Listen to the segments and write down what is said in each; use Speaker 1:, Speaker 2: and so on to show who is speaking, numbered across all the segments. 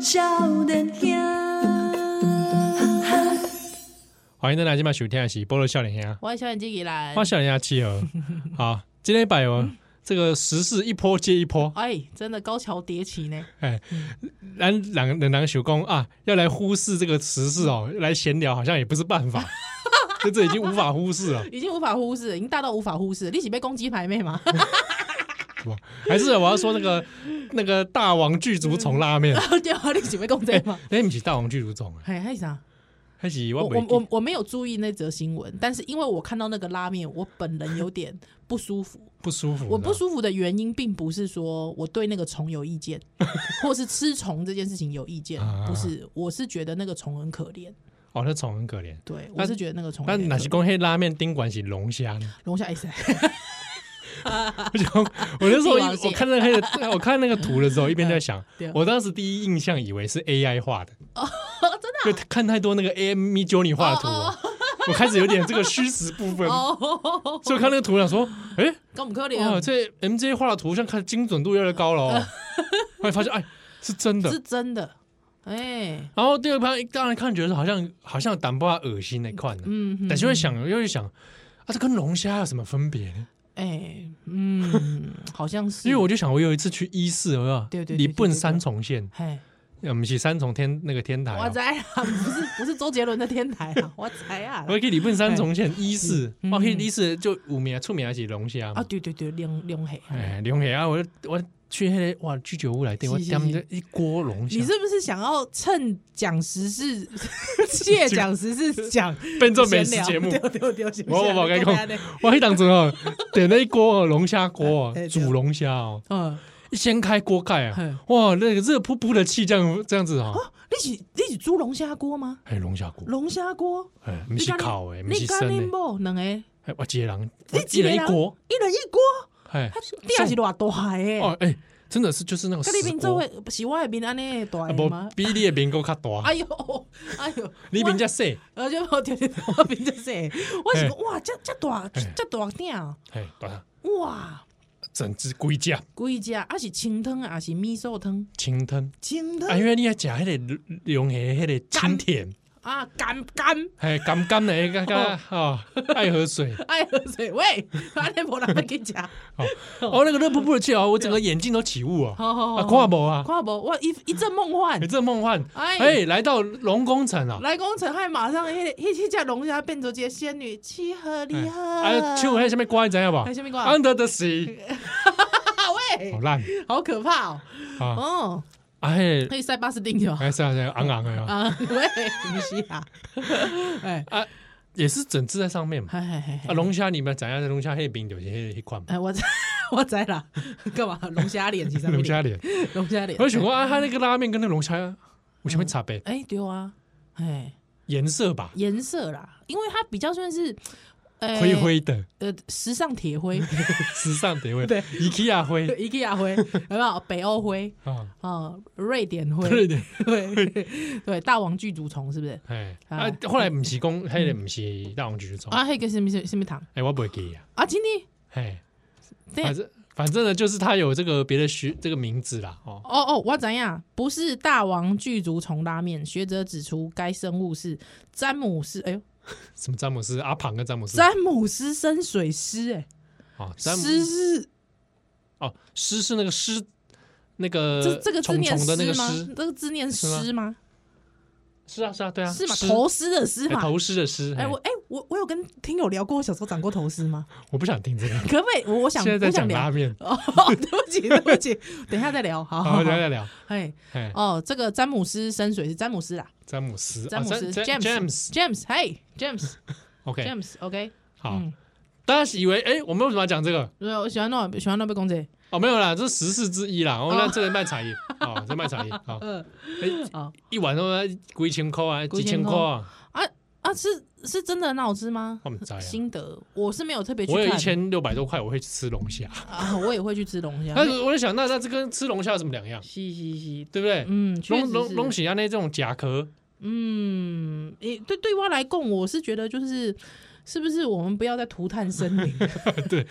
Speaker 1: 少年兄，哈哈。
Speaker 2: 欢迎大家今晚收听的是《菠萝笑脸鸭》，
Speaker 3: 我爱小眼睛以来
Speaker 2: 啊花，笑脸鸭七 合。好，今天摆
Speaker 3: 嗯
Speaker 2: 有这个时事一波接一波，
Speaker 3: 哎，真的高桥迭起呢，
Speaker 2: 哎，咱两两两手工啊，要来忽视这个时事哦，来闲聊好像也不是办 法，就这已经无法忽视了，
Speaker 3: 已经无法忽视，已经大到无法忽视。你是被攻击排妹吗？
Speaker 2: 是吧？还是我要说那个那个大王巨足虫拉面，
Speaker 3: 对啊，你是被攻击 吗？
Speaker 2: 那不是大王巨足虫啊，
Speaker 3: 哎，还有啥？
Speaker 2: 还是我
Speaker 3: 我
Speaker 2: 不会
Speaker 3: 我
Speaker 2: 记
Speaker 3: 我我没有注意那则新闻，但是因为我看到那个拉面，我本人有点不舒服。
Speaker 2: 不舒服，
Speaker 3: 我不
Speaker 2: 你知
Speaker 3: 舒服的原因，并不是说我对那个虫有意见， 或是吃虫这件事情有意见
Speaker 2: 啊，
Speaker 3: 不是，我是觉得那个虫很可怜。
Speaker 2: 道吗哦，那虫很可怜。
Speaker 3: 对，
Speaker 2: 那
Speaker 3: 我啊是觉得那个虫
Speaker 2: 那
Speaker 3: 有点
Speaker 2: 哪
Speaker 3: 可
Speaker 2: 是
Speaker 3: 怜。
Speaker 2: 公黑拉面丁管是龙虾呢？
Speaker 3: 龙虾 S，
Speaker 2: 我想，我那时候
Speaker 3: 帝王
Speaker 2: 一
Speaker 3: 蟹
Speaker 2: 我看那个黑的，我看那个图的时候，一边在想
Speaker 3: 对，哦
Speaker 2: 我当时第一印象以为是 AI 画的，
Speaker 3: 啊
Speaker 2: 真的，就看太多那个 AME Johnny 画的图哦，我开始有点这个虚实部分，
Speaker 3: 哦，
Speaker 2: 所以我看那个图想说，哎，
Speaker 3: 跟我们可怜
Speaker 2: 哇，
Speaker 3: 啊，
Speaker 2: 这 MJ 画的图像看精准度越来越高了 哦，后来发现哎是真
Speaker 3: 是
Speaker 2: 的。
Speaker 3: 真的。哎，
Speaker 2: 然后第二盘当然看觉得好像好像胆不恶心那块呢，
Speaker 3: 嗯哼
Speaker 2: 但是会想又会想，啊这跟龙虾有什么分别呢？
Speaker 3: 哎、嗯，好像是，
Speaker 2: 因为我就想，我有一次去伊势，有没有？
Speaker 3: 对对对
Speaker 2: 你
Speaker 3: 对
Speaker 2: 奔
Speaker 3: 对对
Speaker 2: 三重县，
Speaker 3: 嘿，
Speaker 2: 呃我们是三重天那个天台、
Speaker 3: 我
Speaker 2: 哦，
Speaker 3: 猜啊，不是不是周杰伦的天台 啊，我猜啊，
Speaker 2: 我去你奔三重县伊势，
Speaker 3: 嗯
Speaker 2: 我去伊势就有名出名的是龙虾
Speaker 3: 啊
Speaker 2: 嘛，
Speaker 3: 对对对，龙龙黑，
Speaker 2: 哎，龙虾啊，我我去那个哇居酒屋来店，我
Speaker 3: 是是
Speaker 2: 点了
Speaker 3: 是
Speaker 2: 一锅龙虾
Speaker 3: 你，是不是想要趁讲时 事，借讲时事讲
Speaker 2: 变做美食节目
Speaker 3: 闲。聊丢丢丢，
Speaker 2: 我我我跟你讲
Speaker 3: 闲聊
Speaker 2: 我那当时 哦，点了一锅哦龙虾锅哦
Speaker 3: 哎哎，对
Speaker 2: 煮龙虾哦，
Speaker 3: 嗯，
Speaker 2: 一掀开锅盖啊
Speaker 3: 嗯，
Speaker 2: 哇，那个热扑扑的气这样这样子啊，
Speaker 3: 你是你是煮龙虾锅吗？
Speaker 2: 哎，龙虾锅，
Speaker 3: 龙虾锅，
Speaker 2: 哎，不是烤哎，不是
Speaker 3: 你跟
Speaker 2: 生
Speaker 3: 你
Speaker 2: 哎，
Speaker 3: 某两个，一
Speaker 2: 哎，我一个人，
Speaker 3: 你
Speaker 2: 我一人一
Speaker 3: 个人
Speaker 2: 锅，
Speaker 3: 人一锅，
Speaker 2: 哎，
Speaker 3: 你也是偌大诶、
Speaker 2: 哦，哎、真的是就是那个
Speaker 3: 跟你
Speaker 2: 石
Speaker 3: 面做
Speaker 2: 锅，
Speaker 3: 会是我的面安尼大
Speaker 2: 啊
Speaker 3: 的吗
Speaker 2: 不？比你的面够较大，
Speaker 3: 哎呦，哎呦，
Speaker 2: 你面才细，
Speaker 3: 而且我对对对，我变成说，我
Speaker 2: 嘿
Speaker 3: 是讲哇，这这大
Speaker 2: 嘿
Speaker 3: 这大鼎啊，
Speaker 2: 哎，大
Speaker 3: 哇，
Speaker 2: 整只龟甲
Speaker 3: 规只啊是清汤啊是米寿汤，
Speaker 2: 清汤，
Speaker 3: 清汤
Speaker 2: 啊，因为你要食迄个龙虾迄个清甜，
Speaker 3: 啊干干，
Speaker 2: 哎，甘甘的，刚 刚哦，爱喝水，
Speaker 3: 哎喝水喂，阿你无人要 去食，
Speaker 2: 哦，那个热扑扑的气啊，我整个眼睛都起雾啊，
Speaker 3: 好好
Speaker 2: 啊，
Speaker 3: 好，
Speaker 2: 看无啊，
Speaker 3: 看无，我一一阵梦幻
Speaker 2: 你，这梦幻，
Speaker 3: 哎
Speaker 2: 哎，来到龙宫城啊，
Speaker 3: 来讲陈海马上迄迄只龙虾变做一个仙女，七合离合，
Speaker 2: 啊，唱迄什么歌你知影无
Speaker 3: 还有什么歌
Speaker 2: ？Under the sea，
Speaker 3: 啊 喂
Speaker 2: 好，烂
Speaker 3: 好可怕哦，
Speaker 2: 啊，
Speaker 3: 哦，
Speaker 2: 啊嘿，
Speaker 3: 那塞巴斯汀就好
Speaker 2: 哎，是啊，是啊，昂昂的啊，
Speaker 3: 啊， 喂，不是啊，哎，
Speaker 2: 啊，也是整只在上面嘛。
Speaker 3: 嘿嘿嘿嘿
Speaker 2: 啊，。龙虾你们怎样？龙虾黑饼就是黑黑款嘛，
Speaker 3: 哎，我知我知啦，干嘛龙虾脸？其实
Speaker 2: 龙虾脸。
Speaker 3: 龙虾脸。
Speaker 2: 我想过啊，它那个拉面跟那龙虾有什么差别？
Speaker 3: 哎，对啊，哎，
Speaker 2: 颜色吧，
Speaker 3: 颜色啦，因为它比较算是呃
Speaker 2: 灰灰的，
Speaker 3: 呃时尚铁灰
Speaker 2: 时尚得味，
Speaker 3: 对
Speaker 2: ，IKEA 灰
Speaker 3: ，IKEA 灰，有没有？北欧灰
Speaker 2: 啊，
Speaker 3: 啊，瑞典
Speaker 2: 对
Speaker 3: 灰，
Speaker 2: 的，
Speaker 3: 对 对，大王巨足虫是不是？
Speaker 2: 哎，啊
Speaker 3: 啊，
Speaker 2: 后来不是讲黑的，不是大红橘种，
Speaker 3: 啊，还有个什么什么什么糖
Speaker 2: 哎，我不会记啊，
Speaker 3: 啊？今天
Speaker 2: 哎，
Speaker 3: 对
Speaker 2: 反正反正呢，就是它有这个别的学这个名字啦，哦，
Speaker 3: 哦哦，我怎样？不是大王巨足虫拉面。学者指出，该生物是詹姆斯，哎呦，
Speaker 2: 什么詹姆斯阿庞跟詹姆斯，
Speaker 3: 詹姆斯深水师，哎，
Speaker 2: 哦，詹姆
Speaker 3: 师是
Speaker 2: 哦，狮是那个狮，那个
Speaker 3: 这这个字
Speaker 2: 虫
Speaker 3: 念
Speaker 2: 虫的那
Speaker 3: 诗
Speaker 2: 个
Speaker 3: 吗
Speaker 2: 狮？，
Speaker 3: 这个字念诗吗？
Speaker 2: 是啊是啊，对啊，
Speaker 3: 是吗？
Speaker 2: 狮
Speaker 3: 头丝的丝
Speaker 2: 哎
Speaker 3: 嘛？
Speaker 2: 头狮的狮，
Speaker 3: 哎，我哎我我有跟听友聊过，我小时候长过头丝吗？
Speaker 2: 我不想听这个，
Speaker 3: 可不可以？我我想
Speaker 2: 现在在
Speaker 3: 我想
Speaker 2: 讲拉
Speaker 3: 聊。
Speaker 2: 面，
Speaker 3: 哦，对不起，对不起，等一下再聊。好
Speaker 2: 好，
Speaker 3: 好，
Speaker 2: 聊
Speaker 3: 好
Speaker 2: 聊聊。
Speaker 3: 哎，
Speaker 2: 哎，
Speaker 3: 哦，这个詹姆斯深水是詹姆斯啦，
Speaker 2: 詹姆斯，
Speaker 3: 啊
Speaker 2: 啊
Speaker 3: 詹姆斯
Speaker 2: ，James，OK，
Speaker 3: James，James，嘿，James，James，OK。James，OK
Speaker 2: 好
Speaker 3: 嗯，
Speaker 2: 大家以为哎，我们为什么要讲这个？
Speaker 3: 对，啊我喜欢那种喜欢那被公仔，
Speaker 2: 哦，没有啦，这是十四之一啦。我们
Speaker 3: 哦
Speaker 2: 在这里卖茶叶，哦，在卖茶叶， 好，
Speaker 3: 嗯，
Speaker 2: 哎，
Speaker 3: 哦
Speaker 2: 一碗都要几千块啊，几
Speaker 3: 几
Speaker 2: 千
Speaker 3: 千
Speaker 2: 块
Speaker 3: 块
Speaker 2: 啊，
Speaker 3: 啊啊，是是真的很好吃吗
Speaker 2: 我不知道啊？
Speaker 3: 心得，我是没有特别去
Speaker 2: 我有一
Speaker 3: 看
Speaker 2: 千六百多块，我会吃龙虾。
Speaker 3: 啊，我也会去吃龙虾
Speaker 2: 那，我就想，那那这跟吃龙虾有什么两样？
Speaker 3: 嘻嘻嘻，
Speaker 2: 对不对？
Speaker 3: 嗯，确实
Speaker 2: 龙龙
Speaker 3: 是
Speaker 2: 龙喜啊，那这种甲壳，
Speaker 3: 嗯，诶、对对我来讲，我是觉得就是是不是我们不要再涂炭森林？
Speaker 2: 哎
Speaker 3: 对，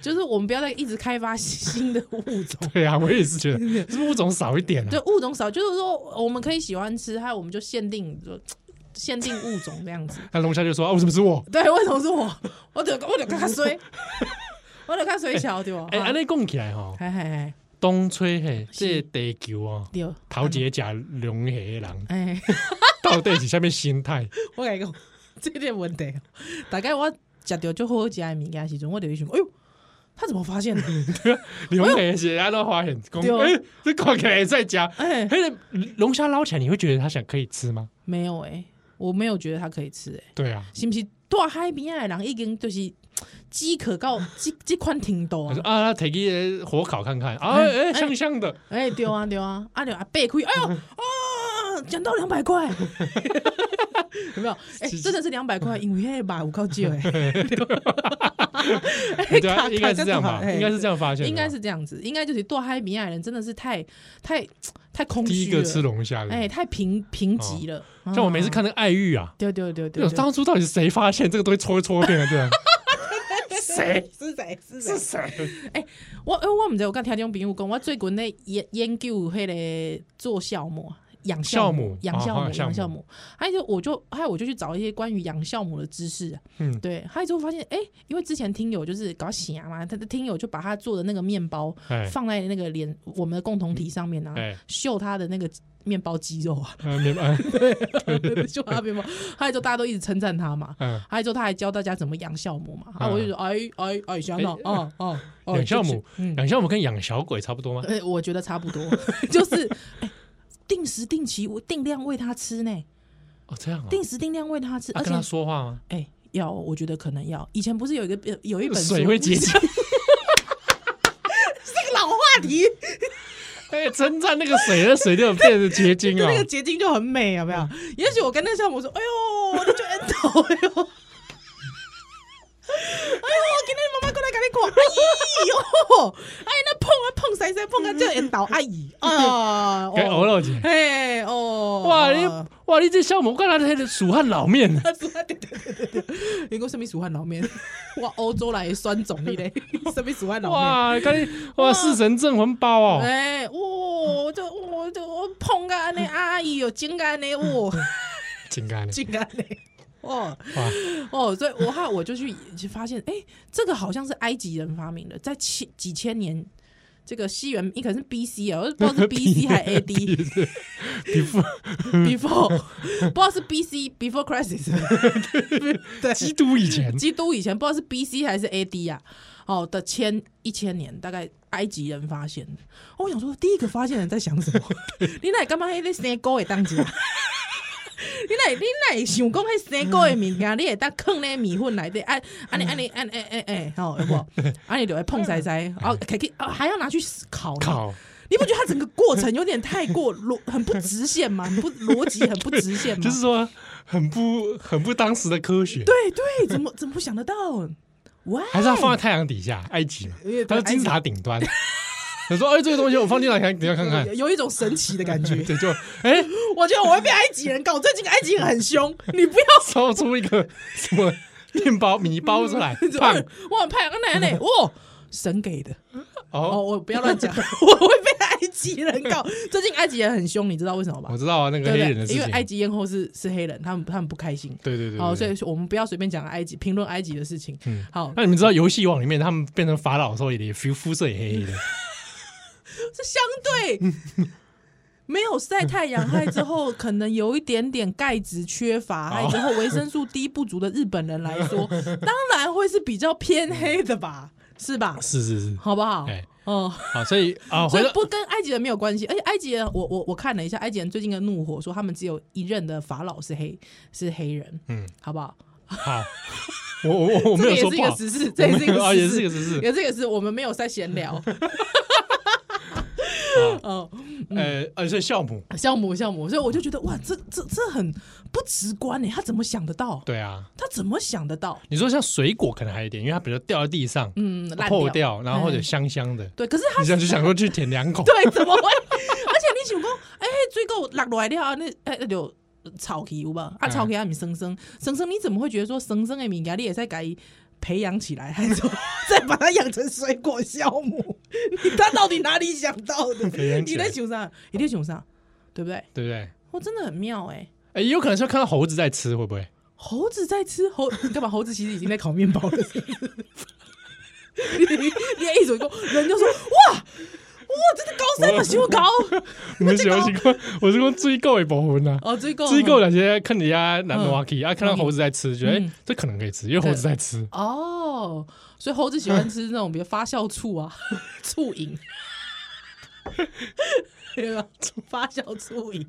Speaker 3: 就是我们不要再一直开发新 的物种。
Speaker 2: 对啊，我也是 觉得，是不是物种少一点啊
Speaker 3: 对？物种少，就是说我们可以喜欢吃，还有我们就限定就限定物种这样子。
Speaker 2: 那龙虾就说啊，为什么是我？
Speaker 3: 对，为什么是我？我得我得看水，我得看水桥对吧？啊
Speaker 2: 哎，安尼讲起来吼，
Speaker 3: 嗨嗨嗨，
Speaker 2: 东吹嘿，这地球啊，
Speaker 3: 对，
Speaker 2: 头一个食龙虾的 人，
Speaker 3: 哎，
Speaker 2: 到底是啥物心态？
Speaker 3: 我跟你讲，这点问题，大概我食到就好食的物件的时阵，我就会想，哎呦，他怎么发现的？
Speaker 2: 龙虾是安怎发现？讲
Speaker 3: 对哦
Speaker 2: 哎，这看起来在家，
Speaker 3: 哎，
Speaker 2: 嘿，龙虾捞起来，你会觉得它想可以吃吗？
Speaker 3: 没有哎，我没有觉得它可以吃哎，
Speaker 2: 对啊，
Speaker 3: 是不是？大海边的人已经就是饥渴到 这这款程度
Speaker 2: 我
Speaker 3: 啊
Speaker 2: 说！啊，提起火烤看看，啊，
Speaker 3: 哎
Speaker 2: 哎，香香的，
Speaker 3: 哎、对啊，对啊，啊对啊，背亏，哎呦，啊，讲到两百块， 有没有？哎、真的是两百块，因为那把我靠借哎，
Speaker 2: 对啊，应该是这样吧，应该是这样发现，
Speaker 3: 哎应该。是这样子，应该就是多嗨米亚人真的是太太太空虚了，
Speaker 2: 第一个吃龙虾的，
Speaker 3: 哎、太贫贫瘠了、
Speaker 2: 像我每次看那个爱玉啊，
Speaker 3: 对，对对对
Speaker 2: 对，
Speaker 3: 对，
Speaker 2: 当初到底是谁发现这个东西搓一搓变成这 样？谁
Speaker 3: 是谁是
Speaker 2: 是
Speaker 3: 谁？
Speaker 2: 谁？
Speaker 3: 我哎、我唔知，我刚听种朋友讲，我最近咧研研究迄个做酵母。啊养酵
Speaker 2: 酵母
Speaker 3: 养
Speaker 2: 哦还
Speaker 3: 酵母，
Speaker 2: 有酵
Speaker 3: 养酵
Speaker 2: 母
Speaker 3: 母，还有就我就还有我就去找一些关于养酵母的知识啊，
Speaker 2: 嗯，
Speaker 3: 对，还有之后发现，哎、因为之前听友就是搞霞嘛，他的听友就把他做的那个面包
Speaker 2: 哎
Speaker 3: 放在那个脸我们的共同体上面啊，
Speaker 2: 哎，
Speaker 3: 秀他的那个面包肌肉啊，
Speaker 2: 呃明白，
Speaker 3: 秀他的面包，还有之后大家都一直称赞他嘛。
Speaker 2: 嗯，
Speaker 3: 还有之后，他还教大家怎么养酵母嘛？啊，
Speaker 2: 嗯
Speaker 3: 我就说，哎哎哎，想到
Speaker 2: 哎
Speaker 3: 哦哦哦，
Speaker 2: 养酵
Speaker 3: 就是
Speaker 2: 母，
Speaker 3: 嗯，
Speaker 2: 养酵母跟养小鬼差不多吗？
Speaker 3: 呃，我觉得差不多， 就是哎定时定期我定量喂它吃呢，
Speaker 2: 哦，这样啊，
Speaker 3: 定时定量喂它吃，
Speaker 2: 啊
Speaker 3: 而且
Speaker 2: 跟他说话吗？
Speaker 3: 哎要哦，我觉得可能要。以前不是有一个呃有一本
Speaker 2: 水
Speaker 3: 书
Speaker 2: 会结 晶，
Speaker 3: 老话 题，
Speaker 2: 哎，称赞那个水，那水就有变成结晶
Speaker 3: 就
Speaker 2: 啊
Speaker 3: 那。个结晶就很美，有没
Speaker 2: 嗯
Speaker 3: 有？也许我跟那个酵母说：“哎呦，我的卷头，哎呦，哎呦，今天妈妈过来给你看，哎呦，哎那碰啊碰塞塞碰啊叫烟头， 阿姨啊，
Speaker 2: 给欧
Speaker 3: 哦，
Speaker 2: 老姐，
Speaker 3: 哎哦，
Speaker 2: 哇，你
Speaker 3: 啊
Speaker 2: 哇，你这酵母，看他那个蜀汉老面，
Speaker 3: 对对对对对，你讲什么蜀汉老 面？哇，欧洲来的酸种你 嘞，什么蜀汉老面？
Speaker 2: 哇，看你哇，四神镇魂包哦，
Speaker 3: 哎，哇，我就我就我碰个安尼，阿姨有金安尼， 哇，
Speaker 2: 真干的，
Speaker 3: 金安尼，哇。
Speaker 2: 哇，
Speaker 3: 哦，所以我后来我就去去发现，哎、这个好像是埃及人发明的，在千几千年，这个西元你可能是 B C 啊，我不知道是 B C 还 A D
Speaker 2: 皮肤
Speaker 3: before，不知道是 B C before crisis，对，
Speaker 2: 基督以前，
Speaker 3: 基督以前不知道是 B C 还是 A D 啊，哦的千一千年大概。埃及人发现的，哦我想说，第一个发现人在 想什么？你那干嘛还在生狗的当家？你那 你那想讲迄生狗的物件，你会当坑咧米粉内底，哎，安尼安尼安哎哎哎，好有无？安尼就会碰塞
Speaker 2: 嗯
Speaker 3: 塞，哦，可以哦，还要拿去烤呢
Speaker 2: 靠，
Speaker 3: 你不觉得它整个过程有点太过逻， 很不直线吗？很不逻辑，很不直线 吗？
Speaker 2: 就是说很不很不当时的科学，
Speaker 3: 对对，怎么怎么想得到？哇，哦
Speaker 2: 还是要放在太阳底下，埃及嘛
Speaker 3: 因为，
Speaker 2: 它是金字塔顶端。他说：“哎，这个东西我放金字塔顶下看看。
Speaker 3: 有”有一种神奇的感觉。
Speaker 2: 对，就哎，
Speaker 3: 我觉得我会被埃及人告，最近埃及人很凶，你不要
Speaker 2: 烧出一个什么面包米包出 来，
Speaker 3: 我
Speaker 2: 胖
Speaker 3: 很我很怕 奶奶哇。哦神给的哦，
Speaker 2: 哦！
Speaker 3: 我不要乱讲，我会被埃及人告。最近埃及人很凶，你知道为什么吧
Speaker 2: 我？知道啊，那个
Speaker 3: 对
Speaker 2: 黑
Speaker 3: 不
Speaker 2: 人的
Speaker 3: 对？
Speaker 2: 事
Speaker 3: 因为埃
Speaker 2: 情，
Speaker 3: 及艳后是是黑人，他们他们不开心。
Speaker 2: 对对对。
Speaker 3: 好，
Speaker 2: 对嗯
Speaker 3: 所以我们不要随便讲埃及，评论埃及的事情。好，
Speaker 2: 那你们知道游戏王里面他们变成法老的时候，也肤肤色也黑黑的，
Speaker 3: 这相对没有晒太阳害之后，可能有一点点钙质缺
Speaker 2: 哦
Speaker 3: 乏，害之后维生素 D 不足的日本人来 说，当然会是比较偏黑的吧，是吧？
Speaker 2: 是是是。
Speaker 3: 好不好
Speaker 2: 哎？
Speaker 3: 哦，
Speaker 2: 好，所以啊，
Speaker 3: 所
Speaker 2: 回
Speaker 3: 以
Speaker 2: 到
Speaker 3: 不跟埃及人没有关系，而且埃及人，我我我看了一下，埃及人最近的怒火说他们只有一任的法老是黑是黑人，
Speaker 2: 嗯，
Speaker 3: 好不好？
Speaker 2: 好，我我我我没
Speaker 3: 这个
Speaker 2: 有
Speaker 3: 也
Speaker 2: 说
Speaker 3: 是一
Speaker 2: 不
Speaker 3: 个
Speaker 2: 好，
Speaker 3: 实事，这
Speaker 2: 我没
Speaker 3: 也是一个
Speaker 2: 有啊，也
Speaker 3: 实
Speaker 2: 是
Speaker 3: 事
Speaker 2: 一个只是
Speaker 3: 也是一个是我们没有在闲聊。哦，
Speaker 2: 呃呃，所以酵母，
Speaker 3: 酵母酵母，所以我就觉得哇，这这这很不直观呢，他怎么想得到？
Speaker 2: 对啊，
Speaker 3: 他怎么想得到？
Speaker 2: 你说像水果可能还有一点，因为它比如说掉在地上，
Speaker 3: 嗯，烂
Speaker 2: 破掉，然后或者香香的，
Speaker 3: 对，可是他
Speaker 2: 你想就想说去舔两口，
Speaker 3: 啊对怎么会？而且你想讲，哎、水果落下来了，那哎那就草皮有吧？啊，
Speaker 2: 嗯
Speaker 3: 草皮还没生生生生，你怎么会觉得说生生的米家你也在改培养起来，还是说 再把它养成水果酵母？你他到底哪里想到的？
Speaker 2: 培养起
Speaker 3: 你
Speaker 2: 来
Speaker 3: 在想啥？你在想啥？对不对？
Speaker 2: 对不对？
Speaker 3: 哦，真的很妙哎、
Speaker 2: 哎，有可能是看到猴子在吃，会不 会？
Speaker 3: 猴子在吃猴， 你干嘛？猴子其实已经在烤面包了。是不是你你一嘴说，人就说哇哇，这个高山嘛，修高
Speaker 2: 我是欢情况，我是讲追购的部分啊。
Speaker 3: 哦，最高
Speaker 2: 追购那些看人家南罗瓦基啊，看到猴子在吃，觉得哎
Speaker 3: 嗯
Speaker 2: 这可能可以吃，因为猴子在吃。
Speaker 3: 哦，所以猴子喜欢吃那种比如发酵醋啊， 醋饮，对吧？发酵醋饮，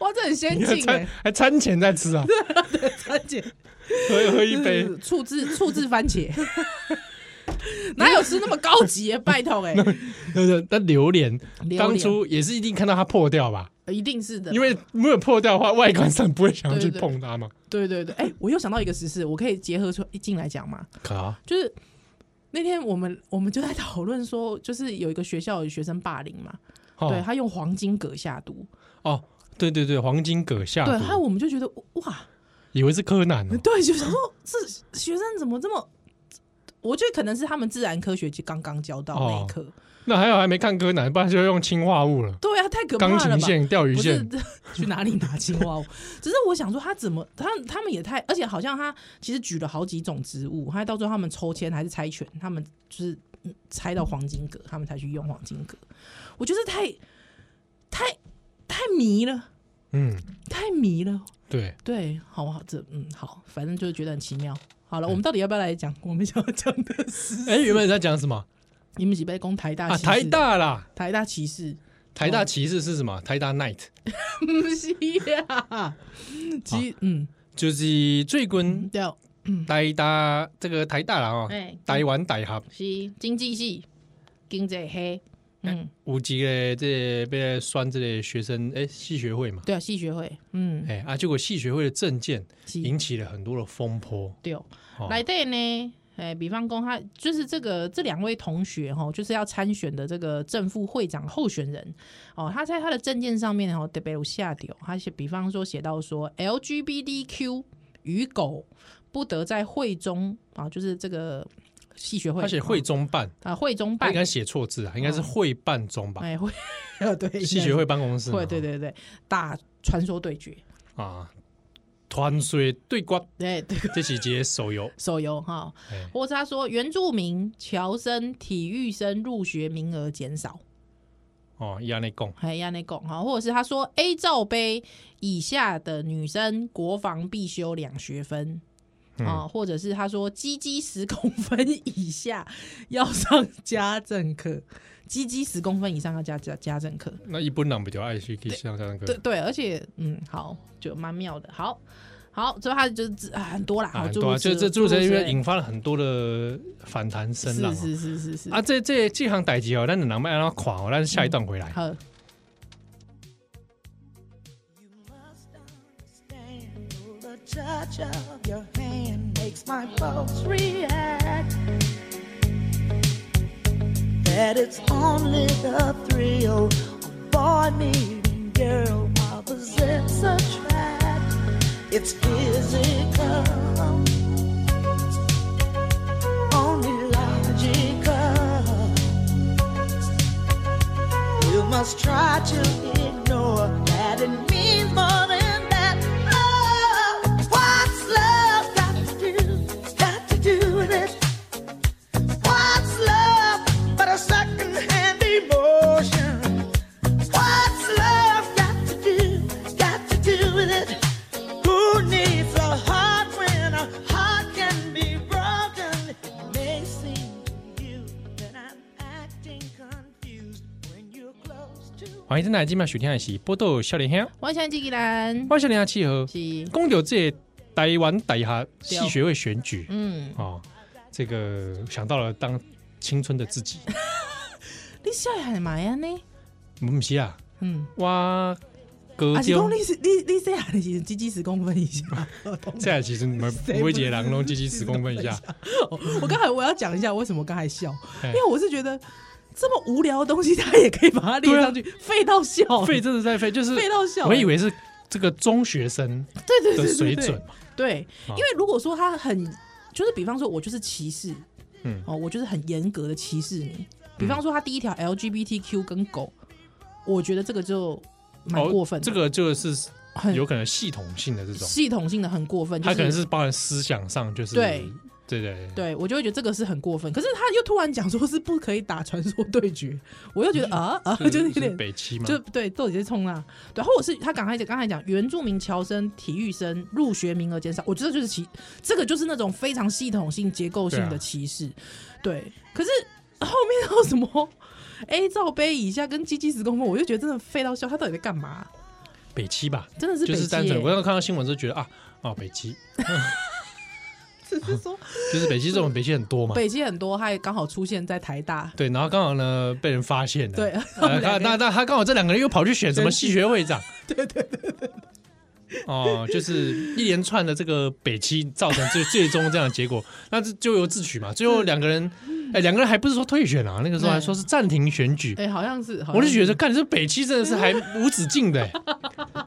Speaker 3: 哇，这很先
Speaker 2: 你看
Speaker 3: 进哎
Speaker 2: 餐、还餐前在吃 啊，
Speaker 3: 对，三 姐，
Speaker 2: 喝喝一杯，
Speaker 3: 嗯醋制醋制番茄， 哪有吃那么高级、欸？拜托 哎、
Speaker 2: 对对，那榴莲
Speaker 3: 莲
Speaker 2: 当初也是一定看到它破掉吧？
Speaker 3: 一定是的，
Speaker 2: 因为没有破掉的话，外观上不会想要去
Speaker 3: 对对对
Speaker 2: 碰它嘛。
Speaker 3: 对对对，哎、我又想到一个实事，我可以结合出一进来讲嘛，
Speaker 2: 好，
Speaker 3: 就是那天我们我们就在讨论说，就是有一个学校有学生霸凌嘛，对
Speaker 2: 哦
Speaker 3: 他用黄金葛下毒，
Speaker 2: 哦，对对对，黄金葛下
Speaker 3: 对，还嗯有
Speaker 2: 毒，
Speaker 3: 我们就觉得哇，
Speaker 2: 以为是柯南哦，
Speaker 3: 对，就想说这学生怎么这么。我觉得可能是他们自然科学就刚刚教到那一刻，
Speaker 2: 哦那还好还没看柯南，不然就用氰化物了，
Speaker 3: 对啊，太可怕
Speaker 2: 钢
Speaker 3: 了吧！
Speaker 2: 琴线、钓鱼
Speaker 3: 不是
Speaker 2: 线，
Speaker 3: 去哪里拿青蛙哦？只是我想说，他怎么他他们也太，而且好像他其实举了好几种植物，还到最后他们抽签还是猜拳，他们就是嗯猜到黄金葛，他们才去用黄金葛。我觉得太太太迷了，
Speaker 2: 嗯，
Speaker 3: 太迷了。
Speaker 2: 对，
Speaker 3: 对，好不好？这嗯好，反正就是觉得很奇妙。好了，我
Speaker 2: 嗯
Speaker 3: 们到底要不要来讲我们想要讲的 事？
Speaker 2: 哎，原本在讲什么
Speaker 3: 你们几杯攻台大
Speaker 2: 啊？
Speaker 3: 骑士哦
Speaker 2: 台大啦，
Speaker 3: 台大骑士，
Speaker 2: 台大骑士是什么？台大 Night
Speaker 3: 不是呀，其实嗯
Speaker 2: 就是最近
Speaker 3: 对哦，
Speaker 2: 台大这个台大啦哦，
Speaker 3: 哎
Speaker 2: 台湾大学
Speaker 3: 是经济系，经济系，嗯，
Speaker 2: 有一个这被选这个学生哎系学会嘛，
Speaker 3: 对啊，系学会，嗯，
Speaker 2: 哎啊，结果系学会的证件
Speaker 3: 是
Speaker 2: 引起了很多的风波，
Speaker 3: 对，
Speaker 2: 哦
Speaker 3: 来对呢。哎，比方说他就是这个这两位同学哈、哦，就是要参选的这个正副会长候选人哦，他在他的证件上面哦，特别有下掉，他写比方说写到说 LGBTQ 与狗不得在会中啊，就是这个系学会，
Speaker 2: 他写会中办，
Speaker 3: 啊会中
Speaker 2: 他
Speaker 3: 办
Speaker 2: 应，该写错字啊，应该是会办中吧？哦
Speaker 3: 哎会，呃对，
Speaker 2: 系学会办公室嘛，
Speaker 3: 会，对对对，打传说对决，
Speaker 2: 啊，团水对决，
Speaker 3: 对对
Speaker 2: 这是一个手游，
Speaker 3: 手游哈，
Speaker 2: 哎
Speaker 3: 或是他说原住民、侨生、体育生入学名额减少，
Speaker 2: 哦，伊安尼讲，
Speaker 3: 还亚内贡哈，或者是他说 A 罩杯以下的女生国防必修两学分。啊、或者是他说鸡鸡十公分以下要上家政课，鸡鸡十公分以上要加加家政课，
Speaker 2: 那一般人比较爱去去上上那
Speaker 3: 对
Speaker 2: 个
Speaker 3: 对，而且嗯，好，就蛮妙的，好好，之后他就啊很多啦，
Speaker 2: 啊，
Speaker 3: 诸
Speaker 2: 对
Speaker 3: 如
Speaker 2: 啊，
Speaker 3: 此
Speaker 2: 就这
Speaker 3: 诸
Speaker 2: 注册
Speaker 3: 如
Speaker 2: 因
Speaker 3: 此
Speaker 2: 为
Speaker 3: 类
Speaker 2: 引发了很多的反弹声浪
Speaker 3: 是
Speaker 2: 啊
Speaker 3: 是是是是
Speaker 2: 啊，这这这行代志哦，咱两人要安怎看哦，咱下一段回来。
Speaker 3: 好，
Speaker 4: You must understand the touch of your hand makes my pulse react. That it's only the thrill of boy meeting girl opposites attract. It's physical, only logical. You must try to ignore that it means more than that. Love, what's love got to do? Got to do with it. What's love but a second-hand emotion? What's love got to do? Got to do with it. Who needs a heart when a heart can be broken? It may seem to you that I'm acting confused when you're close to.
Speaker 2: 欢迎进来，今麦收听的是《波多少年兄》，
Speaker 3: 我想这个人
Speaker 2: 我是少年兄契合。
Speaker 3: 是
Speaker 2: 讲到这个台湾大学系学会选举
Speaker 3: 嗯，
Speaker 2: 哦，这个想到了当青春的自己，
Speaker 3: 你笑还嘛呀呢？
Speaker 2: 不是啊，
Speaker 3: 啊嗯，
Speaker 2: 我高
Speaker 3: 啊是讲
Speaker 2: 中
Speaker 3: 你是你你这样的是鸡鸡十公分以下，
Speaker 2: 这样其实每每一个人拢积极十公分以啊 下，
Speaker 3: 我刚才我要讲一下为什么我刚才笑，
Speaker 2: 哎
Speaker 3: 因为我是觉得这么无聊的东西，他也可以把它列上去，废到笑，
Speaker 2: 啊废真的在废，就是
Speaker 3: 废到笑
Speaker 2: 我以为是这个中学生
Speaker 3: 对对对
Speaker 2: 的
Speaker 3: 对
Speaker 2: 水
Speaker 3: 对
Speaker 2: 准哦嘛。
Speaker 3: 对，因为如果说他很，就是比方说，我就是歧视，
Speaker 2: 嗯
Speaker 3: 哦，我就是很严格的歧视你。比方说，他第一条 LGBTQ 跟狗，我觉得这个就蛮
Speaker 2: 哦
Speaker 3: 过分的，嗯
Speaker 2: 这个就是
Speaker 3: 很
Speaker 2: 有可能系统性的这种，
Speaker 3: 系统性的很过分，就
Speaker 2: 他可能是包含思想上，就是
Speaker 3: 嗯对
Speaker 2: 对对对，
Speaker 3: 对我就会觉得这个是很过分。可是他又突然讲说是不可以打传说对决，我又觉得啊啊， 就是有点
Speaker 2: 嗯北七嘛，
Speaker 3: 就对，到底是冲浪，对，或者是他刚才刚才讲原住民侨生体育生入学名额减少，我觉得就是歧，这个就是那种非常系统性、结构性
Speaker 2: 对
Speaker 3: 的
Speaker 2: 啊
Speaker 3: 歧视，对可是后面到什么 A 罩杯以下跟鸡鸡十公分，我就觉得真的废到笑，他到底在干嘛？
Speaker 2: 北七吧，
Speaker 3: 真的是
Speaker 2: 就
Speaker 3: 北
Speaker 2: 是单
Speaker 3: 极、
Speaker 2: 纯。我
Speaker 3: 欸，
Speaker 2: 刚刚看到新闻就觉得啊，哦，北七
Speaker 3: 只是 说
Speaker 2: 就是北七 这种北七很多嘛，
Speaker 3: 北极很多，还刚好出现在台大，
Speaker 2: 对，然后刚好呢被人发现了，
Speaker 3: 对
Speaker 2: 呃，他那那他刚好这两个人又跑去选什么系学 会长，对对对对， 哦，就是一连串的这个北七造成最最终这样的结果， 那这咎由自取嘛，最后两个人，
Speaker 3: 嗯
Speaker 2: 哎，两个人还不是说退选啊，那个时候还说是暂停选举，
Speaker 3: 哎、好像是， 好像
Speaker 2: 我就觉得干这北七真的是还无止境 的、欸，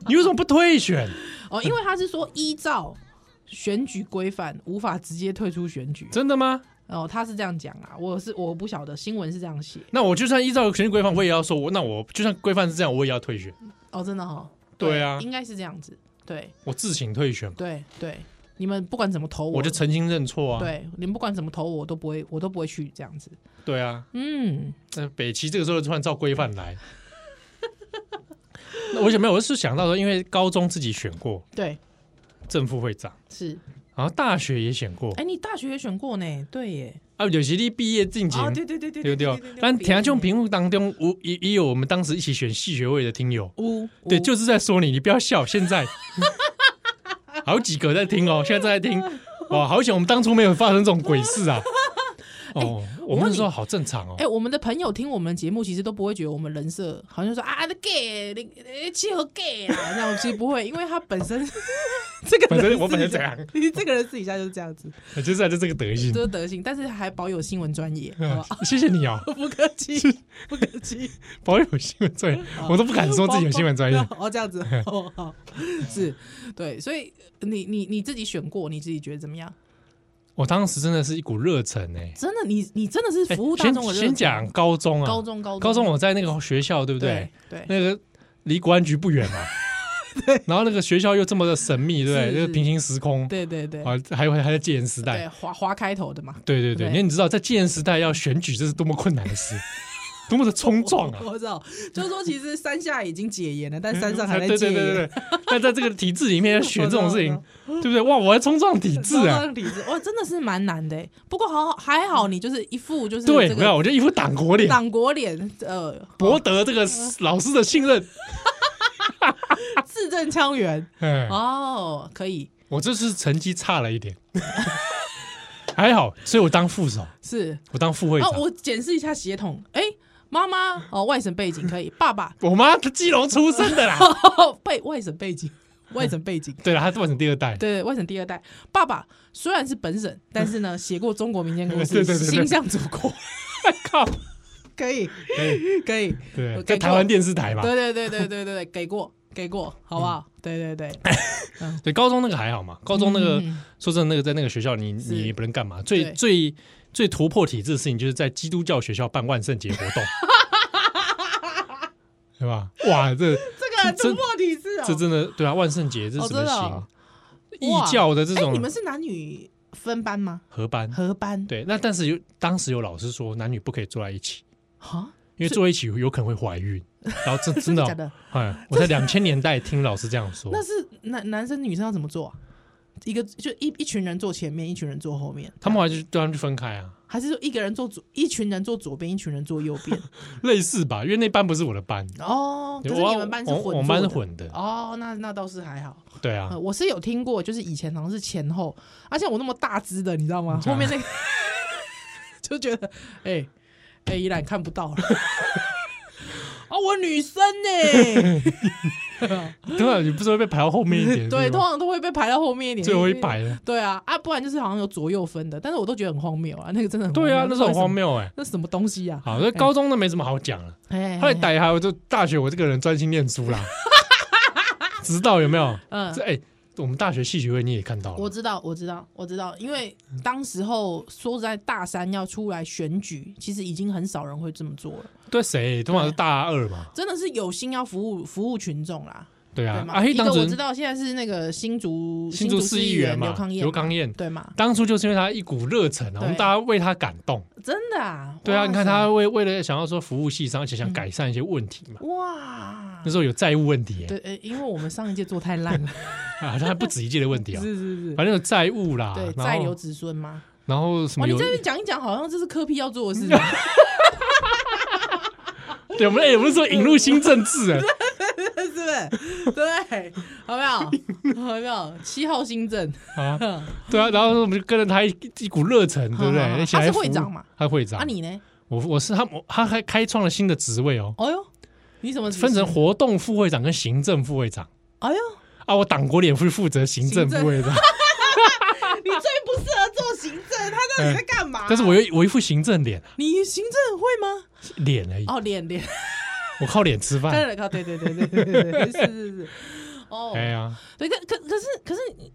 Speaker 2: 你为什么不退选？
Speaker 3: 哦，因为他是说依照选举规范无法直接退出选举，
Speaker 2: 真的吗？
Speaker 3: 哦，他是这样讲啊，我是我不晓得新闻是这样写。
Speaker 2: 那我就算依照选举规范，我也要说，我那我就算规范是这样，我也要退选，
Speaker 3: 哦，真的哦，
Speaker 2: 对啊
Speaker 3: 应该是这样子，对
Speaker 2: 我自请退选，
Speaker 3: 对对，你们不管怎么投我，
Speaker 2: 我就诚心认错啊，
Speaker 3: 对，你们不管怎么投我，我都不会，我都不会去这样子。
Speaker 2: 对啊，
Speaker 3: 嗯，
Speaker 2: 那北齐这个时候突然照规范来， 那我想没有，我是想到说，因为高中自己选过
Speaker 3: 对，
Speaker 2: 正副会长，
Speaker 3: 是。
Speaker 2: 然后大学也选过
Speaker 3: 哎、，你大学也选过呢？对耶。
Speaker 2: 啊，有些你毕业进前
Speaker 3: 啊，对对对对
Speaker 2: 哦对不对？但
Speaker 3: 但
Speaker 2: 田下这种，屏幕当中，我也也有我们当时一起选系学位的听友，
Speaker 3: 呜，
Speaker 2: 对，
Speaker 3: 呜
Speaker 2: 就是在说你，你不要笑，现在好几个在听哦，现在正在听，哇，好险我们当初没有发生这种鬼事啊！哦，我们那时候好正常哦
Speaker 3: 哎、，我们的朋友听我们的节目，其实都不会觉得我们人设好像说啊，那 gay，你你契合 gay 啊，这样其实不会，因为他本身这个
Speaker 2: 本身
Speaker 3: 人
Speaker 2: 我本身
Speaker 3: 私底下
Speaker 2: 怎样，
Speaker 3: 这个人私底下就是这样子，
Speaker 2: 就是啊就这个德性
Speaker 3: 这，是德行，但是还保有新闻专业，好 不好？
Speaker 2: 谢谢你哦。
Speaker 3: 不客气，不客气，
Speaker 2: 保有新闻专业， 我都不敢说自己有新闻专业。
Speaker 3: 哦，这样子，哦，好，是，对，所以你你你自己选过，你自己觉得怎么样？
Speaker 2: 我当时真的是一股热忱哎、
Speaker 3: 真的，你你真的是
Speaker 2: 哎
Speaker 3: 服务大
Speaker 2: 先
Speaker 3: 众的热情
Speaker 2: 先讲高中啊，
Speaker 3: 高中高中
Speaker 2: 高中我在那个学校对不对
Speaker 3: 对？对
Speaker 2: 那个离国安局不 远嘛。然后那个学校又这么的神秘，对不对？
Speaker 3: 是
Speaker 2: 就是平行时空，
Speaker 3: 对对对
Speaker 2: 啊，还有还在戒严时
Speaker 3: 对，
Speaker 2: 代，
Speaker 3: 华华开头的嘛，
Speaker 2: 对对对。
Speaker 3: 对
Speaker 2: 那你知道在戒严时代要选举，这是多么困难的 事，多么的冲撞啊！嗯
Speaker 3: 我知道，就是说其实山下已经解严了，但山上还在
Speaker 2: 哎对
Speaker 3: 戒
Speaker 2: 对对对
Speaker 3: 严。
Speaker 2: 对。那在这个体制里面要选这种事情
Speaker 3: 我，
Speaker 2: 对不对？哇，我要冲撞体制
Speaker 3: 高
Speaker 2: 啊！
Speaker 3: 中体制，哇，真的是蛮难的欸。不过好还好，你就是一副就是
Speaker 2: 对，
Speaker 3: 这
Speaker 2: 没有，
Speaker 3: 个
Speaker 2: 我就一副党国脸，
Speaker 3: 党国脸，呃，
Speaker 2: 博得这个老师的信任。啊
Speaker 3: 字正腔圆
Speaker 2: 哎，
Speaker 3: 哦，可以
Speaker 2: 我这次成绩差了一点， 还好，所以我当副手，
Speaker 3: 是
Speaker 2: 我当副会长。
Speaker 3: 哦，我检视一下血统，哎、妈妈哦，外省背景可以，爸爸
Speaker 2: 我妈她基隆出生的 啦，
Speaker 3: 背外省背景，外省背景，
Speaker 2: 对了，她是外省第二代，
Speaker 3: 对外省第二代，爸爸虽然是本省，但是呢，写过中国民间故
Speaker 2: 对
Speaker 3: 事，
Speaker 2: 对对对
Speaker 3: 心向祖国，
Speaker 2: 靠，
Speaker 3: 可以
Speaker 2: 对
Speaker 3: 可以，
Speaker 2: 对，
Speaker 3: 我
Speaker 2: 在
Speaker 3: 给过
Speaker 2: 台湾电视台吧。
Speaker 3: 对对对对对对对，给过给过，好不好？对对对，
Speaker 2: 对，高中那个还好嘛，高中那个
Speaker 3: 嗯
Speaker 2: 说真的，那个在那个学校你
Speaker 3: 是
Speaker 2: 你也不能干嘛，最
Speaker 3: 对
Speaker 2: 最最突破体制的事情就是在基督教学校办万圣节活动。 对吧？哇，这
Speaker 3: 这个
Speaker 2: 这
Speaker 3: 突破体制哦，
Speaker 2: 这真的对啊！万圣节这
Speaker 3: 哦
Speaker 2: 什么
Speaker 3: 真的
Speaker 2: 行
Speaker 3: 哦？
Speaker 2: 异
Speaker 3: 哇
Speaker 2: 教的这
Speaker 3: 哎，
Speaker 2: 种
Speaker 3: 你们是男女分班吗？
Speaker 2: 合班，
Speaker 3: 合班
Speaker 2: 对，那但是有当时有老师说男女不可以坐在一起，
Speaker 3: 哈，
Speaker 2: 因为坐在一起有可能会怀 孕。然后真真
Speaker 3: 真
Speaker 2: 的
Speaker 3: 的
Speaker 2: 哦，
Speaker 3: 假的？
Speaker 2: 哎，我在两千年代听老师这样说，
Speaker 3: 那是男男生女生要怎么做啊？一个就一一群人坐前面，一群人坐后面，
Speaker 2: 他们后来就对他们就分开啊，
Speaker 3: 还是说一个人坐左，一群人坐左边，一群人坐右 边？
Speaker 2: 类似吧，因为那班不是我的班，
Speaker 3: 哦，可
Speaker 2: 对
Speaker 3: 是
Speaker 2: 我
Speaker 3: 你们班是
Speaker 2: 我
Speaker 3: 混坐
Speaker 2: 我
Speaker 3: 的，
Speaker 2: 们班是混的，
Speaker 3: 哦，那那倒是还好。
Speaker 2: 对 啊
Speaker 3: 呃，我是有听过，就是以前好像是前后，而且我那么大只的，你知道吗？
Speaker 2: 啊
Speaker 3: 后面那个 就觉得，哎、哎、依然看不到了。啊，我女生 呢、
Speaker 2: 对啊，你不是会被排到后面一点？
Speaker 3: 对，
Speaker 2: 是
Speaker 3: 通
Speaker 2: 吗
Speaker 3: 常都会被排到后面一点，
Speaker 2: 最后一
Speaker 3: 因为
Speaker 2: 排了，
Speaker 3: 对啊，啊，不然就是好像有左右分的，但是我都觉得很荒谬啊，那个真的很
Speaker 2: 对啊，
Speaker 3: 荒
Speaker 2: 那
Speaker 3: 谬
Speaker 2: 时候很荒，
Speaker 3: 到底什么
Speaker 2: 谬哎。
Speaker 3: 那什么东西啊？
Speaker 2: 好，那高中那没什么好讲了，
Speaker 3: 哎，
Speaker 2: 后来逮还有就大学，我这个人专心念书啦，直到有没有？
Speaker 3: 嗯
Speaker 2: 这哎、我们大学戏剧会你也看到了，
Speaker 3: 我知道，我知道，我知道，因为当时候说实在，大三要出来选举，其实已经很少人会这么做了，
Speaker 2: 对谁？通常是大二嘛，
Speaker 3: 真的是有心要服务服务群众啦，
Speaker 2: 对
Speaker 3: 对
Speaker 2: 啊。
Speaker 3: 吗？
Speaker 2: 啊，嘿
Speaker 3: 一个
Speaker 2: 当
Speaker 3: 我知
Speaker 2: 时
Speaker 3: 道，现在是那个新竹
Speaker 2: 新竹市
Speaker 3: 议
Speaker 2: 议员嘛
Speaker 3: 刘康，彦，
Speaker 2: 刘康彦，
Speaker 3: 对嘛？
Speaker 2: 当初就是因为他一股热忱啊，我们
Speaker 3: 对
Speaker 2: 大家为他感动。
Speaker 3: 真的啊，
Speaker 2: 对啊，
Speaker 3: 哇
Speaker 2: 你看
Speaker 3: 塞
Speaker 2: 他为为了想要说服务系上，而且
Speaker 3: 嗯
Speaker 2: 想改善一些问题嘛。
Speaker 3: 哇
Speaker 2: 那，时候有债务问题、欸，
Speaker 3: 对，呃因为我们上一届做太 烂了，
Speaker 2: 啊，他还不止一届的问题啊，
Speaker 3: 是是是，
Speaker 2: 反正有债务啦，
Speaker 3: 对，
Speaker 2: 然
Speaker 3: 再留
Speaker 2: 后
Speaker 3: 子孙嘛。
Speaker 2: 然后什么
Speaker 3: 哇，你
Speaker 2: 有
Speaker 3: 这边讲一讲，好像这是科 P 要做的事情。
Speaker 2: 对，我们哎，我们说引入新政治 啊，
Speaker 3: 是不是？对，好没有？好没有？七号新政，
Speaker 2: 啊，
Speaker 3: 哼
Speaker 2: 对啊，然后我们就跟着他一一股热忱，对不
Speaker 3: 好好好
Speaker 2: 对？一起来
Speaker 3: 他是
Speaker 2: 服务
Speaker 3: 会长嘛，
Speaker 2: 他会长。
Speaker 3: 啊你呢？
Speaker 2: 我我是他，我他还开创了新的职位哦，
Speaker 3: 哎呦，你怎么
Speaker 2: 分成？活动副会长跟行政副会长
Speaker 3: 哎呦，
Speaker 2: 啊。我党国脸会负责行政
Speaker 3: 行政
Speaker 2: 副 会长，
Speaker 3: 你最不适合做行政，他到底在干嘛？
Speaker 2: 但是我有我一副行政脸，
Speaker 3: 你行政会吗？
Speaker 2: 脸而已，
Speaker 3: 哦，脸脸，
Speaker 2: 我靠脸吃
Speaker 3: 对
Speaker 2: 饭。
Speaker 3: 对对对对对对对，是是是， 哦，
Speaker 2: 哎呀，
Speaker 3: 对，可可可是可是你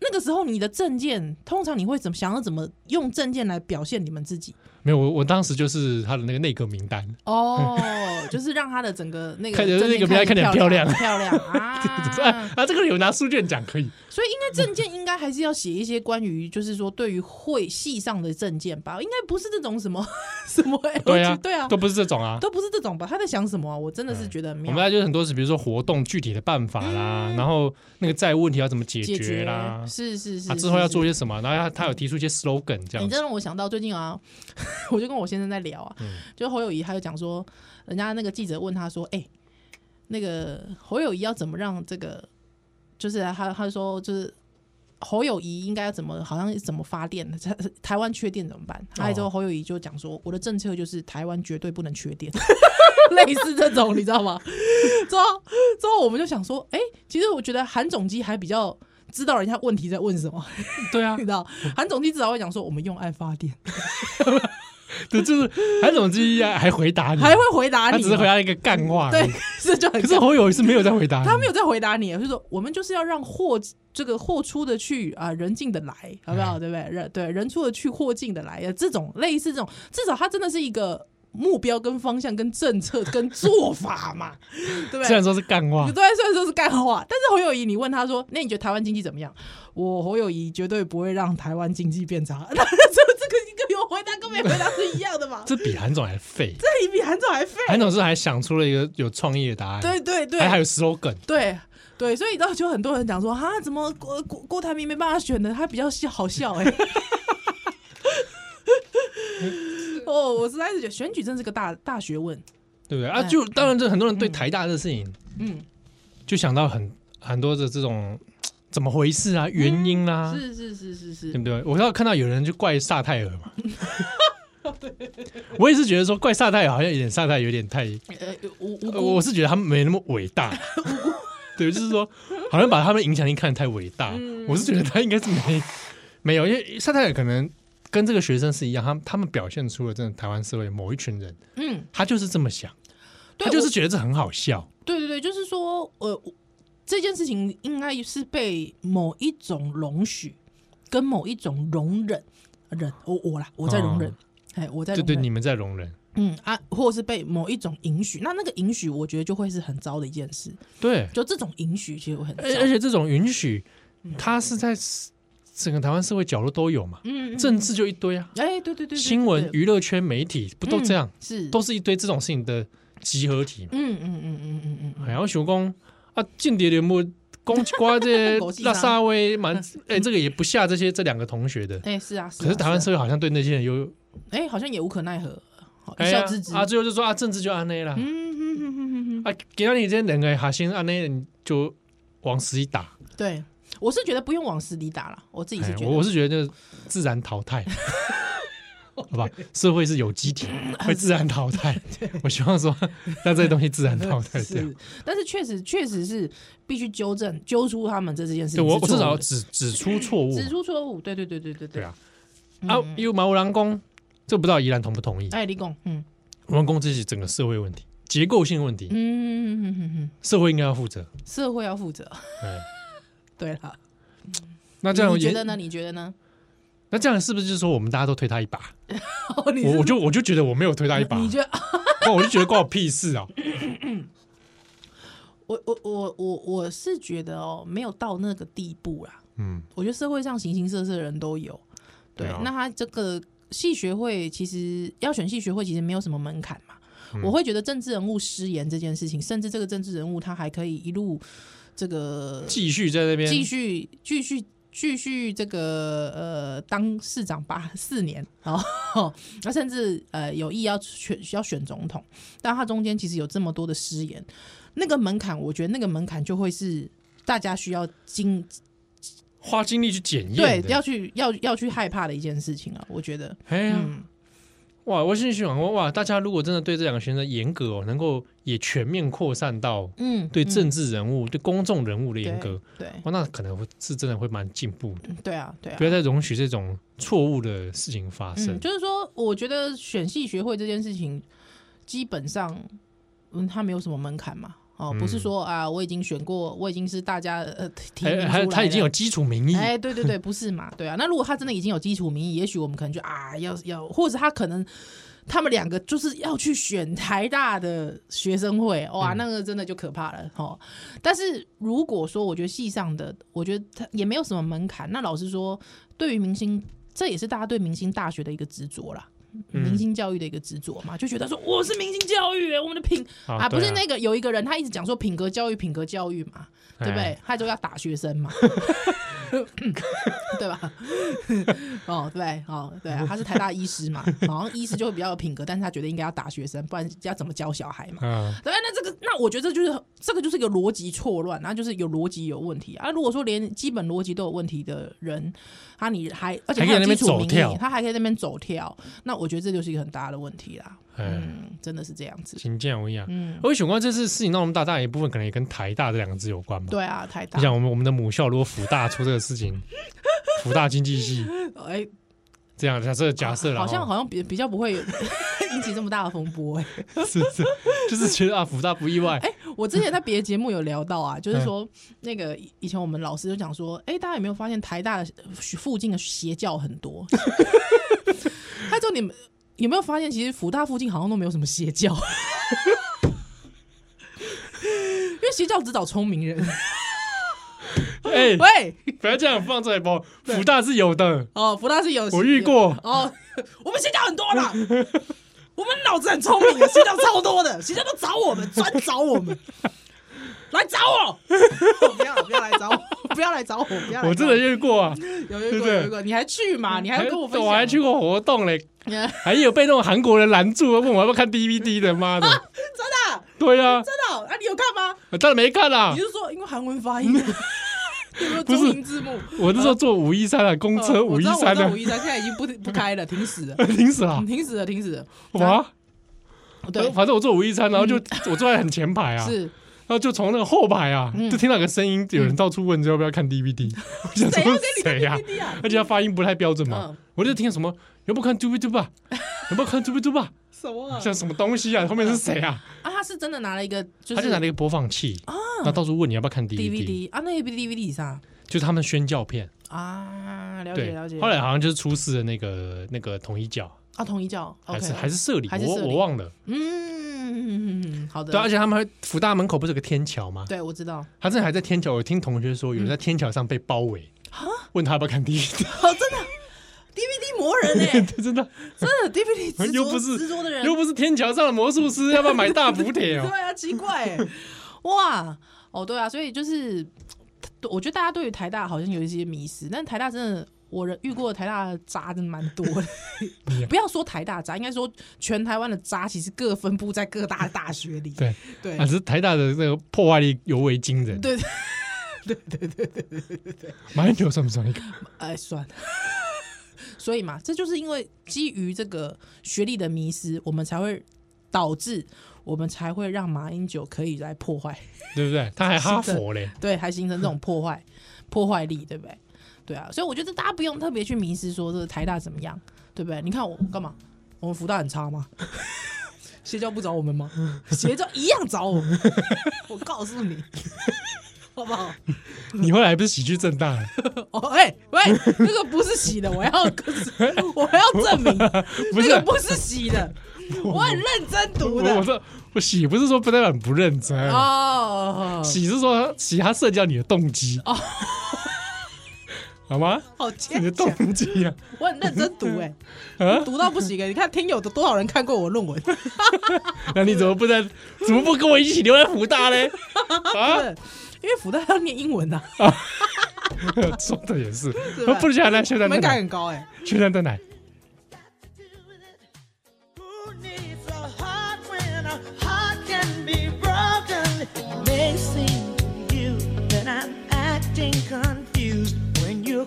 Speaker 3: 那个时候你的证件，通常你会怎么想要怎么用证件来表现你们自己？
Speaker 2: 没有我我当时就是他的那个内阁名单，
Speaker 3: 哦， 就是让他的整个那个
Speaker 2: 看着
Speaker 3: 证
Speaker 2: 那
Speaker 3: 件
Speaker 2: 个比较看起来漂亮
Speaker 3: 漂亮 啊
Speaker 2: 就是啊 啊，这个有拿书卷奖可以。
Speaker 3: 所以应该证件应该还是要写一些关于，就是说对于会系上的证件吧，应该不是这种什么什么 LG,
Speaker 2: 对啊，
Speaker 3: 对啊，
Speaker 2: 都
Speaker 3: 都
Speaker 2: 不是这种啊。
Speaker 3: 不是这种吧？他在想什么啊？我真的是觉得很
Speaker 2: 我
Speaker 3: 妙嗯
Speaker 2: 们。那就很多是，比如说活动具体的办法啦，然后那个债务问题要怎么解
Speaker 3: 解
Speaker 2: 决
Speaker 3: 决
Speaker 2: 啦，
Speaker 3: 是是是
Speaker 2: 啊，之后要
Speaker 3: 是
Speaker 2: 做些什么，然后他他有提出一些 slogan 这
Speaker 3: 你
Speaker 2: 样
Speaker 3: 这
Speaker 2: 子，嗯
Speaker 3: 让我想到最近啊， 我就跟我先生在聊啊，就侯友谊，他就讲说，人家那个记者问他说，哎、那个侯友谊要怎么让这个，就是啊他他说就是侯友谊应该要怎么，好像怎么发电，台台湾缺电怎么
Speaker 2: 哦
Speaker 3: 办？还有之后侯友谊就讲说，我的政策就是台湾绝对不能缺电。 类似这种，你知道吗？ 之后之后，我们就想说，哎、其实我觉得韩总机还比较知道人家问题在问什么，
Speaker 2: 对啊
Speaker 3: 你，知 道，韩总机至少会讲说我们用爱发电，
Speaker 2: 对，就是韩总机啊还回答你，
Speaker 3: 还会回答
Speaker 2: 他
Speaker 3: 你，
Speaker 2: 只是回答一个干话，
Speaker 3: 对，，这就 很
Speaker 2: 可是侯友谊是没有在回答你，
Speaker 3: 他没有在回答你，就是说我们就是要让货这个货出的去啊、人进的来，好不
Speaker 2: 嗯
Speaker 3: 好？对不对？人对人出的去，货进的来，呃这种类似这种，至少它真的是一个目标、跟方向、跟政策、跟做法嘛，对不
Speaker 2: 虽
Speaker 3: 对
Speaker 2: 然？说是干话，
Speaker 3: 对，虽然说是干话，但是侯友谊，你问他说，那你觉得台湾经济怎么样？我侯友谊绝对不会让台湾经济变差，那 这这个一个有回答跟没回答是一样的嘛？
Speaker 2: 这比韩总还废，
Speaker 3: 你比韩总还废。
Speaker 2: 韩总是还想出了一个有创意的答案，
Speaker 3: 对对对
Speaker 2: 还还有 slogan，
Speaker 3: 对对，所以你知道，就很多人讲说，哈，怎么郭郭郭台铭没办法选的，他比较笑好笑 哎、哦，我实在是觉得选举真是个大大学问。
Speaker 2: 对不对啊？
Speaker 3: 哎
Speaker 2: 就当然，这很多人对台大这事情，
Speaker 3: 嗯，
Speaker 2: 就想到很很多的这种怎么回事啊，原因啦、
Speaker 3: 是是是是
Speaker 2: 对
Speaker 3: 是，
Speaker 2: 不对？我要看到有人就怪萨泰尔嘛， 我也是觉得说怪萨泰尔好像有点萨泰尔有点太，
Speaker 3: 呃，无无
Speaker 2: 呃
Speaker 3: 辜
Speaker 2: 我是觉得他们没那么伟 大，对，就是说好像把他们影响力看得太伟大，
Speaker 3: 嗯
Speaker 2: 我是觉得他应该是没没有，因为萨泰尔可能跟这个学生是一样，他他们表现出了真的台湾社会某一群人，
Speaker 3: 嗯，
Speaker 2: 他就是这么想，
Speaker 3: 对
Speaker 2: 他就
Speaker 3: 我
Speaker 2: 是觉得这很好笑，
Speaker 3: 对对对，就是说，呃，我这件事情应该是被某一种容许跟某一种容忍，忍我我啦，我在容忍
Speaker 2: 哦，
Speaker 3: 哎、我在
Speaker 2: 对
Speaker 3: 容
Speaker 2: 对，
Speaker 3: 忍
Speaker 2: 你们在容忍。
Speaker 3: 嗯啊，或是被某一种允许，那那个允许，我觉得就会是很糟的一件事。
Speaker 2: 对，
Speaker 3: 就这种允许，其实我很糟
Speaker 2: 而而且这种允许，
Speaker 3: 嗯
Speaker 2: 它是在 s- 整个台湾社会角落都有嘛，
Speaker 3: 嗯，嗯
Speaker 2: 政治就一堆啊，
Speaker 3: 哎，对对对，对嗯
Speaker 2: 新闻、
Speaker 3: 对对
Speaker 2: 娱乐圈、媒体不都这样，
Speaker 3: 是
Speaker 2: 都是一堆这种事情的集合体嘛。哎
Speaker 3: 嗯嗯嗯嗯嗯嗯嗯，
Speaker 2: 然后熊公啊，间谍联盟。攻击瓜这
Speaker 3: 狗屁
Speaker 2: 拉
Speaker 3: 啦
Speaker 2: 萨威蛮哎，这个也不下这些这两个同学的。
Speaker 3: 哎是啊，是啊
Speaker 2: 可是台湾
Speaker 3: 是
Speaker 2: 社会好像对那些人有
Speaker 3: 啊哎好像也无可奈何，好
Speaker 2: 哎
Speaker 3: 一
Speaker 2: 呀
Speaker 3: 笑置之。
Speaker 2: 啊，最后就说啊，政治就安内啦
Speaker 3: 嗯哼哼哼哼哼，
Speaker 2: 啊，给到你这两个哈先安内你就往死里打。
Speaker 3: 对，我是觉得不用往死里打了，我自己是
Speaker 2: 哎
Speaker 3: 觉
Speaker 2: 我我
Speaker 3: 得
Speaker 2: 是觉得就是自然淘 汰，好吧？社会是有机体，
Speaker 3: 嗯
Speaker 2: 会自然淘汰。 我希望说让这些东西自然淘汰掉。
Speaker 3: 是，但是确实确实是必须纠正揪出他们这这件事
Speaker 2: 对
Speaker 3: 情是
Speaker 2: 我
Speaker 3: 错误的，
Speaker 2: 我至少要指指出错误嘛，
Speaker 3: 指出错误，对对对对对
Speaker 2: 对
Speaker 3: 对，
Speaker 2: 啊。啊，因为毛狼公，这不知道宜兰同不同意？
Speaker 3: 哎，立功，嗯，
Speaker 2: 毛狼公这是整个社会问题，结构性问题，
Speaker 3: 嗯哼哼哼，
Speaker 2: 社会应该要负责。
Speaker 3: 社会要负责。
Speaker 2: 哎，
Speaker 3: 对了，
Speaker 2: 那这样
Speaker 3: 你觉
Speaker 2: 也
Speaker 3: 得呢？你觉得呢？
Speaker 2: 那这样是不是就是说我们大家都推他一把？
Speaker 3: 哦，你
Speaker 2: 我
Speaker 3: 是
Speaker 2: 我就我就觉得我没有推他一把，
Speaker 3: 你觉得啊
Speaker 2: 那我就觉得关我屁事啊！
Speaker 3: 我我我我我是觉得哦，没有到那个地步啦。
Speaker 2: 嗯，
Speaker 3: 我觉得社会上形形色色的人都有，对，
Speaker 2: 对啊
Speaker 3: 那他这个系学会其实要选系学会，其实没有什么门槛嘛。
Speaker 2: 嗯
Speaker 3: 我会觉得政治人物失言这件事情，甚至这个政治人物他还可以一路这个
Speaker 2: 继续在那边
Speaker 3: 继续继续继续这个呃当市长八四年， 然后那甚至呃有意要选要选总统，但他中间其实有这么多的失言，那个门槛，我觉得那个门槛就会是大家需要经
Speaker 2: 花精力去检验
Speaker 3: 对
Speaker 2: 的。
Speaker 3: 要去要要去害怕的一件事情啊，我觉得，
Speaker 2: 哎呀，
Speaker 3: 嗯，
Speaker 2: 哇！我心里想说，哇，大家如果真的对这两个学生严格哦，能够也全面扩散到
Speaker 3: 嗯，
Speaker 2: 对政治人物、对公众人物的
Speaker 3: 对
Speaker 2: 严格，
Speaker 3: 对
Speaker 2: 哇，那可能会是真的会蛮进步的，
Speaker 3: 对啊，对啊
Speaker 2: 不，要再容许这种错误的事情发生
Speaker 3: 嗯，。就是说，我觉得选系学会这件事情，基本上，嗯，它没有什么门槛嘛。哦，不是
Speaker 2: 嗯
Speaker 3: 说啊，我已经选过，我已经是大家呃提提名
Speaker 2: 还
Speaker 3: 出
Speaker 2: 哎还
Speaker 3: 来
Speaker 2: 他已经有
Speaker 3: 了。
Speaker 2: 基础民意，
Speaker 3: 哎，对对对，不是嘛？对啊，那如果他真的已经有基础民意，也许我们可能就啊，要要，或者他可能他们两个就是要去选台大的学生会，哇，
Speaker 2: 嗯
Speaker 3: 那个真的就可怕了哦。但是如果说我觉得系上的，我觉得他也没有什么门槛。那老实说，对于明星，这也是大家对明星大学的一个执着啦。
Speaker 2: 嗯
Speaker 3: 明星教育的一个执着嘛，就觉得说我是明星教育，我们的品
Speaker 2: 啊
Speaker 3: 啊，不
Speaker 2: 对
Speaker 3: 是
Speaker 2: 啊
Speaker 3: 那个有一个人他一直讲说品格教育，品格教育嘛，对不对？他就要打学生嘛， 对吧？ 哦，对，哦，对啊，他是台大医师嘛，好像医师就会比较有品格，但是他觉得应该要打学生，不然要怎么教小孩嘛？
Speaker 2: 哎？啊，
Speaker 3: 对，那这个，那我觉得这就是这个就是一个逻辑错乱，然后就是有逻辑有问题啊。如果说连基本逻辑都有问题的人，他你还而且
Speaker 2: 还可以
Speaker 3: 他有
Speaker 2: 在那边
Speaker 3: 基础
Speaker 2: 走
Speaker 3: 民
Speaker 2: 跳
Speaker 3: 意，他还可以在那边走跳，那我觉得这就是一个很大的问题啦。
Speaker 2: 哎，
Speaker 3: 嗯，真的是这样子。
Speaker 2: 请见我一样。
Speaker 3: 嗯，
Speaker 2: 我想过这次事情闹那么大，大一部分可能也跟台大这两个字有关吧。
Speaker 3: 对啊，台大
Speaker 2: 你，想，我们我们的母校如果辅大出这个事 情，辅大经济系
Speaker 3: 哎，
Speaker 2: 这样假设假设了，
Speaker 3: 好像
Speaker 2: 哦
Speaker 3: 好像比比较不会 引起这么大的风波哎、
Speaker 2: 是是，就是觉得啊，辅大不意外。
Speaker 3: 我之前在别的节目有聊到啊，
Speaker 2: 嗯
Speaker 3: 就是说那个以以前我们老师就讲说，哎、大家有没有发现台大的呃附近的邪教很多？ 他说你们有没有发现，其实福大附近好像都没有什么邪教， 因为邪教只找聪明人。
Speaker 2: 哎，
Speaker 3: 喂，
Speaker 2: 不要这样放出来包，辅大是有的，
Speaker 3: 哦，福大是有
Speaker 2: 我遇过。
Speaker 3: 哦， 我们邪教很多啦，我们脑子很聪明的，邪教超多的， 邪教都找我们，专找我们，来找我，不要不要来找我，不要来找我，不要来找
Speaker 2: 我真的遇过啊，
Speaker 3: 有
Speaker 2: 对
Speaker 3: 有
Speaker 2: 不
Speaker 3: 有过
Speaker 2: 对
Speaker 3: 有过，你还去嘛？你还要跟我分享？
Speaker 2: 我还去，过活动嘞，
Speaker 3: 真的
Speaker 2: 还有被那种韩国人拦住，问我要不要看 DVD 的，妈的，
Speaker 3: 真
Speaker 2: 对啊，
Speaker 3: 的啊？你有看吗？
Speaker 2: 我当然没看啦
Speaker 3: 你，是说因为韩文发音？啊 有没有中文字幕？
Speaker 2: 我那时候坐五一三啊，公 车
Speaker 3: 呃
Speaker 2: 五
Speaker 3: 我
Speaker 2: 一
Speaker 3: 知道，我
Speaker 2: 三
Speaker 3: 知道
Speaker 2: 啊
Speaker 3: 五，一三现在已经不不开了，停死了，嗯
Speaker 2: 停死了，
Speaker 3: 停死了，停死了。
Speaker 2: 哇！
Speaker 3: 对，嗯
Speaker 2: 反正我坐五一三，然后就我坐在很前排啊，
Speaker 3: 是嗯
Speaker 2: 然后就从那个后排啊，就听到有个声音，有人到处问要不要看 DVD，我想
Speaker 3: 谁要
Speaker 2: 说
Speaker 3: 跟你看
Speaker 2: 谁呀
Speaker 3: DVD 啊？
Speaker 2: 而且他发音不太标准嘛
Speaker 3: 嗯，
Speaker 2: 我就听什么有没有看 DVD 吧，有没有看 DVD 吧，
Speaker 3: 什么啊？
Speaker 2: 像什么东西啊，后面是谁啊？
Speaker 3: 啊，他是真的拿了一个，就是哦
Speaker 2: 他就拿了一个播放器，然后到处问你要不要看 DVD，
Speaker 3: DVD 啊，那个 DVD 上
Speaker 2: 就是他们宣教片，
Speaker 3: 啊，了解
Speaker 2: 对
Speaker 3: 了解。，
Speaker 2: 后来好像就是出事的那个那个统一教，
Speaker 3: 啊，统一教
Speaker 2: 还是
Speaker 3: OK，
Speaker 2: 还是社里，
Speaker 3: 还是
Speaker 2: 我
Speaker 3: 社里
Speaker 2: 我忘了，
Speaker 3: 嗯，好的，
Speaker 2: 对，而且他们还福大门口不是有个天桥吗？
Speaker 3: 对我知道，
Speaker 2: 他真的还在天桥，我听同学说有人在天桥上被包围，
Speaker 3: 嗯
Speaker 2: 问他要不要看 DVD，
Speaker 3: 哦，真的 DVD 魔人哎、
Speaker 2: 真的
Speaker 3: 真的 DVD 执
Speaker 2: 又不
Speaker 3: 着
Speaker 2: 是
Speaker 3: 执着的人，
Speaker 2: 又不是天桥上的魔术师，要不要买大补贴哦？
Speaker 3: 对啊，奇怪、欸，哇，哦对啊，所以就是我觉得大家对于台大好像有一些迷失，但台大真的。我人遇过的台大的渣真的蛮多的，不要说台大渣，应该说全台湾的渣其实各分布在各大大学里。
Speaker 2: 对
Speaker 3: 对
Speaker 2: 啊，只是台大的那个破坏力尤为惊人。
Speaker 3: 对，
Speaker 2: 马英九算不算一个？
Speaker 3: 哎，算了。 所以嘛，这就是因为基于这个学历的迷失，我们才会导致，我们才会让马英九可以来破坏，
Speaker 2: 对不对？他还哈佛嘞，
Speaker 3: 对，还形成这种破坏破坏力，对不对？对啊，所以我觉得大家不用特别去迷失说这个台大怎么样，对不对？你看我干嘛？我们福大很差吗？ 邪教不找我们吗？邪教一样找我们， 我告诉你， 好不好？
Speaker 2: 你后来不是喜剧正 大，
Speaker 3: 哦，哎、 喂，那个不是洗的，我要 我要证明，
Speaker 2: 不是
Speaker 3: 那个不是 洗的，我很认真读
Speaker 2: 我
Speaker 3: 的
Speaker 2: 我。说我喜不是说不代表你不认真，
Speaker 3: 哦，
Speaker 2: 喜是说喜他涉及到你的动机
Speaker 3: 哦，
Speaker 2: 好吗？
Speaker 3: 好
Speaker 2: 你的
Speaker 3: 牵强，
Speaker 2: 动机啊，
Speaker 3: 我很认真读、哎、
Speaker 2: 啊
Speaker 3: 读到不行哎、你看听友的多少人看过我论文，
Speaker 2: 那你怎么不在？怎么不跟我一起留在福大 嘞？ 啊，
Speaker 3: 因为福大要念英文啊 呐、
Speaker 2: 说的也是
Speaker 3: 是啊吧，
Speaker 2: 不然来学战在
Speaker 3: 门槛
Speaker 2: 哪？
Speaker 3: 很高哎、
Speaker 2: 学战在哪？
Speaker 4: Who needs a heart when a heart can be broken? It may seem to you that I'm acting confused when you're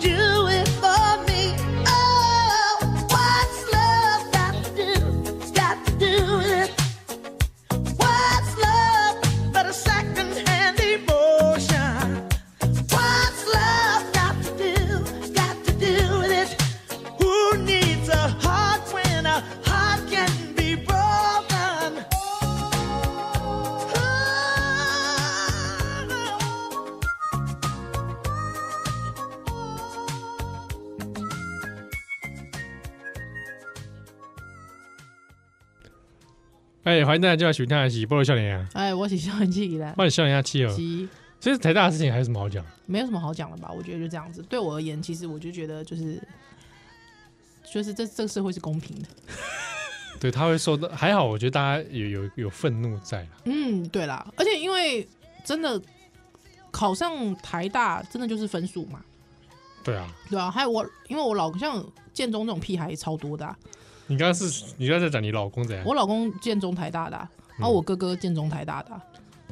Speaker 4: do it for me. Oh, what's love got to do? It's got to do with it. What's love but a second-hand emotion? What's love got to do? Got to do with it. Who needs a heart when a heart can be broken? Oh.
Speaker 2: 哎，欢迎大家就要学看喜菠萝笑脸啊，
Speaker 3: 哎，我写消文器 来，
Speaker 2: 欢迎笑脸下妻儿。
Speaker 3: 其
Speaker 2: 其实台大的事情还有什么好讲？
Speaker 3: 没有什么好讲的吧？我觉得就这样子。对我而言，其实我就觉得就是。就是这这个社会是公平的，
Speaker 2: 对，他会受到还好，我觉得大家有有有愤怒在啦。
Speaker 3: 嗯，对啦，而且因为真的考上台大，真的就是分数嘛，
Speaker 2: 对啊，
Speaker 3: 对啊，还有我，因为我老像建中这种屁孩超多的啊、
Speaker 2: 你刚刚是你刚刚在讲你老公怎样？
Speaker 3: 我老公建中台大的、啊，然后我哥哥建中台大的啊、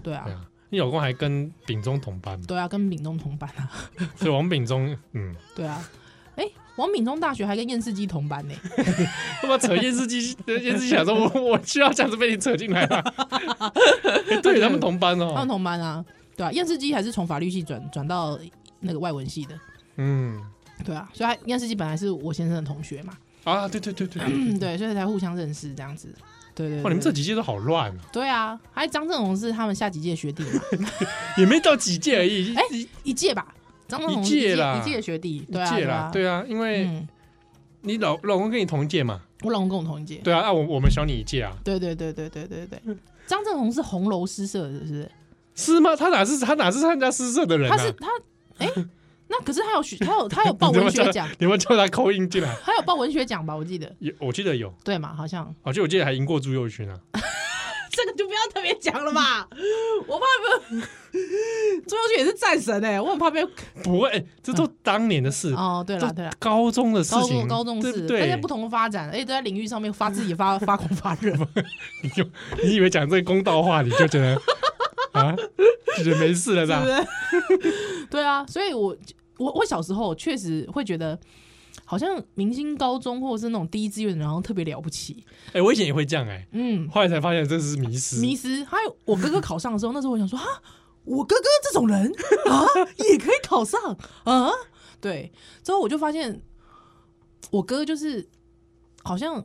Speaker 3: 对
Speaker 2: 嗯对
Speaker 3: 啊，
Speaker 2: 啊，你老公还跟秉忠同班嘛，
Speaker 3: 对啊，跟丙中同班啊，
Speaker 2: 所以王秉忠， 嗯，
Speaker 3: 对啊，哎、王丙中大学还跟验视机同班呢、
Speaker 2: 他妈扯电视机，电视机想说我我需要这样子被你扯进来 了。哎对他们同班
Speaker 3: 他们
Speaker 2: 哦，
Speaker 3: 同班啊，对啊，验视机还是从法律系转转到那个外文系的，
Speaker 2: 嗯，
Speaker 3: 对啊，所以他验视机本来是我先生的同学嘛，
Speaker 2: 啊，对对对对，
Speaker 3: 嗯，对，所以才互相认识这样子，对对对
Speaker 2: 哇，你们这几届都好乱啊，
Speaker 3: 对啊，还有张正宏是他们下几届学弟 嘛，
Speaker 2: 也没到几届而已，
Speaker 3: 哎
Speaker 2: 一
Speaker 3: 一届吧，张正宏
Speaker 2: 一
Speaker 3: 是
Speaker 2: 届啦
Speaker 3: 一届学弟，对
Speaker 2: 一
Speaker 3: 啊，
Speaker 2: 届
Speaker 3: 对
Speaker 2: 啦
Speaker 3: 啊，，
Speaker 2: 对啊，因为
Speaker 3: 嗯，
Speaker 2: 你老老公跟你同届嘛，
Speaker 3: 我老公跟我同一届。
Speaker 2: 对啊，啊我我们小你一届啊，
Speaker 3: 对对对对对对对，张正宏是红楼诗社的，是不是？
Speaker 2: 是吗？他哪是他哪是参加诗社的人啊
Speaker 3: 他？是他，哎、那可是他 有学，他有他有报
Speaker 2: 你
Speaker 3: 文
Speaker 2: 们
Speaker 3: 学
Speaker 2: 叫
Speaker 3: 奖，
Speaker 2: 你们叫他扣印进来，
Speaker 3: 他有报文学奖吧？我记得，
Speaker 2: 有我记得有，
Speaker 3: 对嘛？好像
Speaker 2: 而且我记得还赢过朱佑勋 啊，
Speaker 3: 这个就不要特别讲了吧， 我怕不。 朱佑勋也是战神哎、我很怕被
Speaker 2: 不会，哎这都当年的事，
Speaker 3: 哦，对了对了
Speaker 2: 这，高中的事
Speaker 3: 高
Speaker 2: 情，
Speaker 3: 中高中
Speaker 2: 对
Speaker 3: 是
Speaker 2: 不
Speaker 3: 大家
Speaker 2: 对？
Speaker 3: 不同的发展，而哎且都在领域上面发自己发 发光发热，
Speaker 2: 你就你以为讲这个公道话，你就觉得 啊，就觉得没事了是吧？
Speaker 3: 对 啊，所以我我我小时候确实会觉得，好像明星高中或者是那种第一志愿，然后特别了不起，
Speaker 2: 哎、我以前也会这样哎、
Speaker 3: 嗯，
Speaker 2: 后来才发现这是迷失。
Speaker 3: 迷失。还有我哥哥考上的时候，那时候我想说啊，我哥哥这种人啊，也可以考上啊。对，之后我就发现，我哥就是好像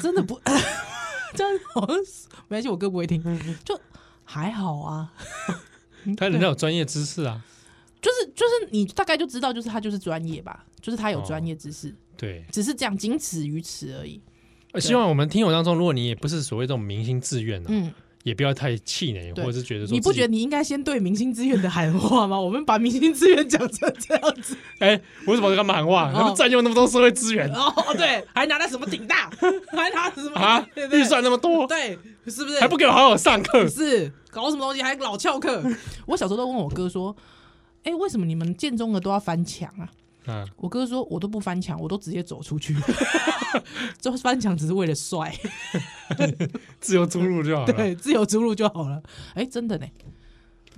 Speaker 3: 真的不， 真的好像是没关系，我哥不会听，就还好啊。
Speaker 2: 他人家有专业知识啊，
Speaker 3: 就是就是你大概就知道，就是他就是专业吧，就是他有专
Speaker 2: 哦
Speaker 3: 业知识，
Speaker 2: 对。
Speaker 3: 只是这样，仅此于此而已。
Speaker 2: 呃希望我们听友当中，如果你也不是所谓这种明星志愿呢、
Speaker 3: 嗯，
Speaker 2: 也不要太气馁，
Speaker 3: 对
Speaker 2: 或者是觉得说
Speaker 3: 你不
Speaker 2: 自己
Speaker 3: 觉得你应该先对明星志愿的喊话吗？我们把明星志愿讲成这样子。
Speaker 2: 哎、我怎么干嘛喊话？他们占用那么多社会资源
Speaker 3: 哦，对，还拿了什么顶大，还拿什么
Speaker 2: 啊，
Speaker 3: 对不对
Speaker 2: 预算那么多，
Speaker 3: 对，是不是？
Speaker 2: 还不给我好好上课？
Speaker 3: 是搞什么东西，还老翘课。 我小时候都问我哥说：“哎、为什么你们建中的都要翻墙啊
Speaker 2: 啊，？”
Speaker 3: 我哥说：“我都不翻墙，我都直接 走出去， 就翻墙只是为了帅，
Speaker 2: 自由出入就好了。
Speaker 3: 对，自由出入就好了。哎，真的呢，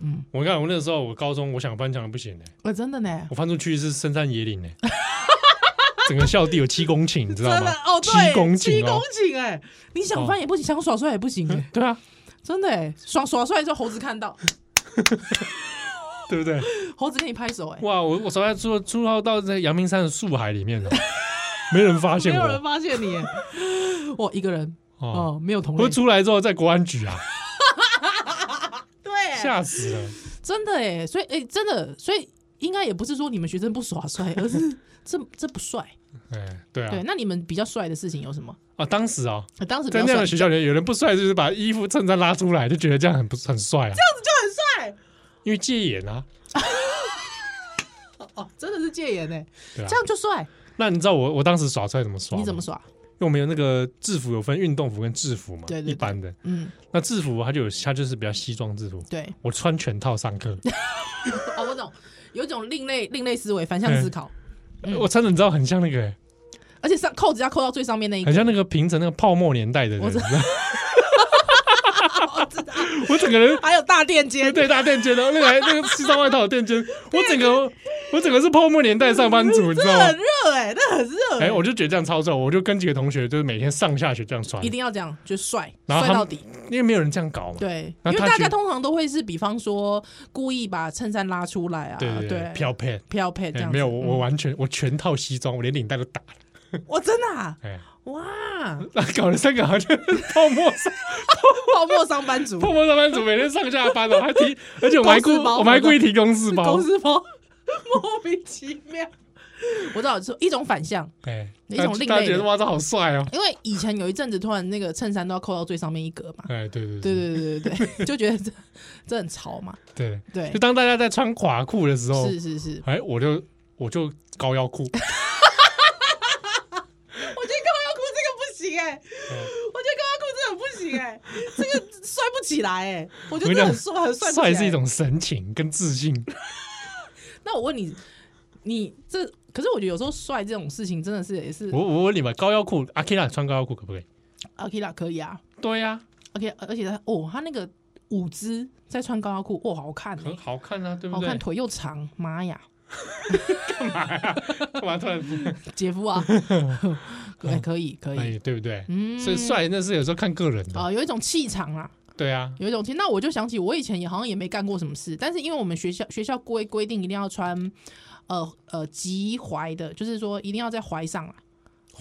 Speaker 2: 嗯，我看我那时候我高中我想翻墙也不行的、欸
Speaker 3: 我哎真的呢，
Speaker 2: 我翻出去是深山野岭呢、欸 整个校地有七公顷，你知
Speaker 3: 真
Speaker 2: 道吗
Speaker 3: 的？哦，
Speaker 2: 七
Speaker 3: 对，
Speaker 2: 公
Speaker 3: 七
Speaker 2: 顷
Speaker 3: 公
Speaker 2: 哦，
Speaker 3: 顷哎，你想翻也不行，想耍帅也不行哎，
Speaker 2: 对啊，
Speaker 3: 真的哎，耍耍帅之后猴子看到，
Speaker 2: 对不对？
Speaker 3: 猴子给你拍手哎，
Speaker 2: 哇，我我手下出出到到在阳明山的树海里面 了，没人发
Speaker 3: 没
Speaker 2: 现
Speaker 3: 有人
Speaker 2: 我
Speaker 3: 发 现你哎，我一个人
Speaker 2: 哦。
Speaker 3: 哦，没有同
Speaker 2: 我
Speaker 3: 类，
Speaker 2: 出来之后在国安局啊，
Speaker 3: 对，
Speaker 2: 吓死了。
Speaker 3: 真的哎，所以哎，真的，所以应该也不是说你们学生不耍帅，而 是这这不帅。
Speaker 2: 哎，对啊
Speaker 3: 对，，那你们比较帅的事情有什么？
Speaker 2: 啊，当时啊，
Speaker 3: 呃当时比
Speaker 2: 在
Speaker 3: 较
Speaker 2: 那样
Speaker 3: 帅
Speaker 2: 的学校里，有人不帅就是把衣服衬衫拉出来，就觉得这样很不很帅啊，
Speaker 3: 就很帅
Speaker 2: 因为戒眼啊。
Speaker 3: 哦，真的是戒严哎，
Speaker 2: 对啊
Speaker 3: 这，样就帅。
Speaker 2: 那你知道我我当时耍帅怎么耍？
Speaker 3: 你怎么？耍？
Speaker 2: 因为我们有那个制服有分运动服跟制服嘛，
Speaker 3: 对对对
Speaker 2: 一般的。
Speaker 3: 嗯，
Speaker 2: 那制服它就有，它就是比较西装制服。
Speaker 3: 对，
Speaker 2: 我穿全套上 课，
Speaker 3: 哦，我懂，有一种另类另类思维，反向
Speaker 2: 嗯
Speaker 3: 思考，嗯
Speaker 2: 我穿的你知道很像那个、欸，
Speaker 3: 而且上扣子要扣到最上面那一
Speaker 2: 很
Speaker 3: 个，
Speaker 2: 像那个平成那个泡沫年代的人。
Speaker 3: 我
Speaker 2: 你
Speaker 3: 知
Speaker 2: 知道 我整个人
Speaker 3: 还有大垫肩，
Speaker 2: 对大垫肩的，那个那个西装外套有垫肩，我整个我整个是泡沫年代上班族，你知道吗
Speaker 3: 很？热哎，那很热
Speaker 2: 哎、
Speaker 3: 哎，
Speaker 2: 我就觉得这样超帅，我就跟几个同学就是每天上下学这样穿，
Speaker 3: 一定要这样，就帅，
Speaker 2: 然后
Speaker 3: 帅
Speaker 2: 他
Speaker 3: 到
Speaker 2: 们
Speaker 3: 底。
Speaker 2: 因为没有人这样搞嘛。
Speaker 3: 对，啊
Speaker 2: 那
Speaker 3: 因为
Speaker 2: 他
Speaker 3: 大
Speaker 2: 觉
Speaker 3: 家
Speaker 2: 得
Speaker 3: 通常都会是，比方说故意把衬衫拉出来啊，
Speaker 2: 对对对，飘配。
Speaker 3: 飘配这
Speaker 2: 哎、
Speaker 3: 样子。
Speaker 2: 没有，我
Speaker 3: 嗯
Speaker 2: 我完全我全套西装，我连领带都打了。
Speaker 3: 我真的啊
Speaker 2: 哎、
Speaker 3: 哇，
Speaker 2: 那搞得三个好像泡沫上
Speaker 3: 泡沫上班 族
Speaker 2: 泡沫上班族，每天上下班哦，还提，而且我们还故
Speaker 3: 公事包
Speaker 2: 我们还故意提公事包
Speaker 3: 公。司包，莫名其 妙。我知道是一种反向，
Speaker 2: 哎，
Speaker 3: 一种另类的
Speaker 2: 大家觉得哇，这好帅 哦。
Speaker 3: 因为以前有一阵子突然那个衬衫都要扣到最上面一格嘛，
Speaker 2: 哎，对对
Speaker 3: 对对对对对，就觉得这这很潮嘛，
Speaker 2: 对
Speaker 3: 对
Speaker 2: 就，当大家在穿垮裤的时候
Speaker 3: 是，是是，
Speaker 2: 哎，我就我就高腰 裤，
Speaker 3: 我觉得高腰裤这个不行哎、
Speaker 2: 嗯
Speaker 3: 我觉得高腰裤真的不行哎、这个帅不起来哎、我觉
Speaker 2: 我跟你
Speaker 3: 得这很
Speaker 2: 讲
Speaker 3: 帅很帅不起来。
Speaker 2: 帅是一。种神情跟自信。
Speaker 3: 那我问你，你这可是我觉得有时候帅这种事情真的是也是
Speaker 2: 我我问你们，高腰裤，阿 Kira 你穿高腰裤可不可以？
Speaker 3: Akira 可以啊
Speaker 2: 对呀、
Speaker 3: ，OK，而且他哦他那个舞姿再穿高腰裤，哦好看、
Speaker 2: 很
Speaker 3: 欸，
Speaker 2: 好看啊，对不
Speaker 3: 好
Speaker 2: 对？
Speaker 3: 看腿又长，妈呀！
Speaker 2: 干嘛突然？
Speaker 3: 姐夫啊，哎，可以可 以，
Speaker 2: 哎，对不对？
Speaker 3: 嗯
Speaker 2: 所以帅那是有时候看个人的，
Speaker 3: 啊，有一种气场啦，
Speaker 2: 对啊，
Speaker 3: 有一种气。那我就想起我以前也好像也没干过什么事，但是因为我们学校学校规规定一定要穿，呃呃及踝的，就是说一定要在踝上啊，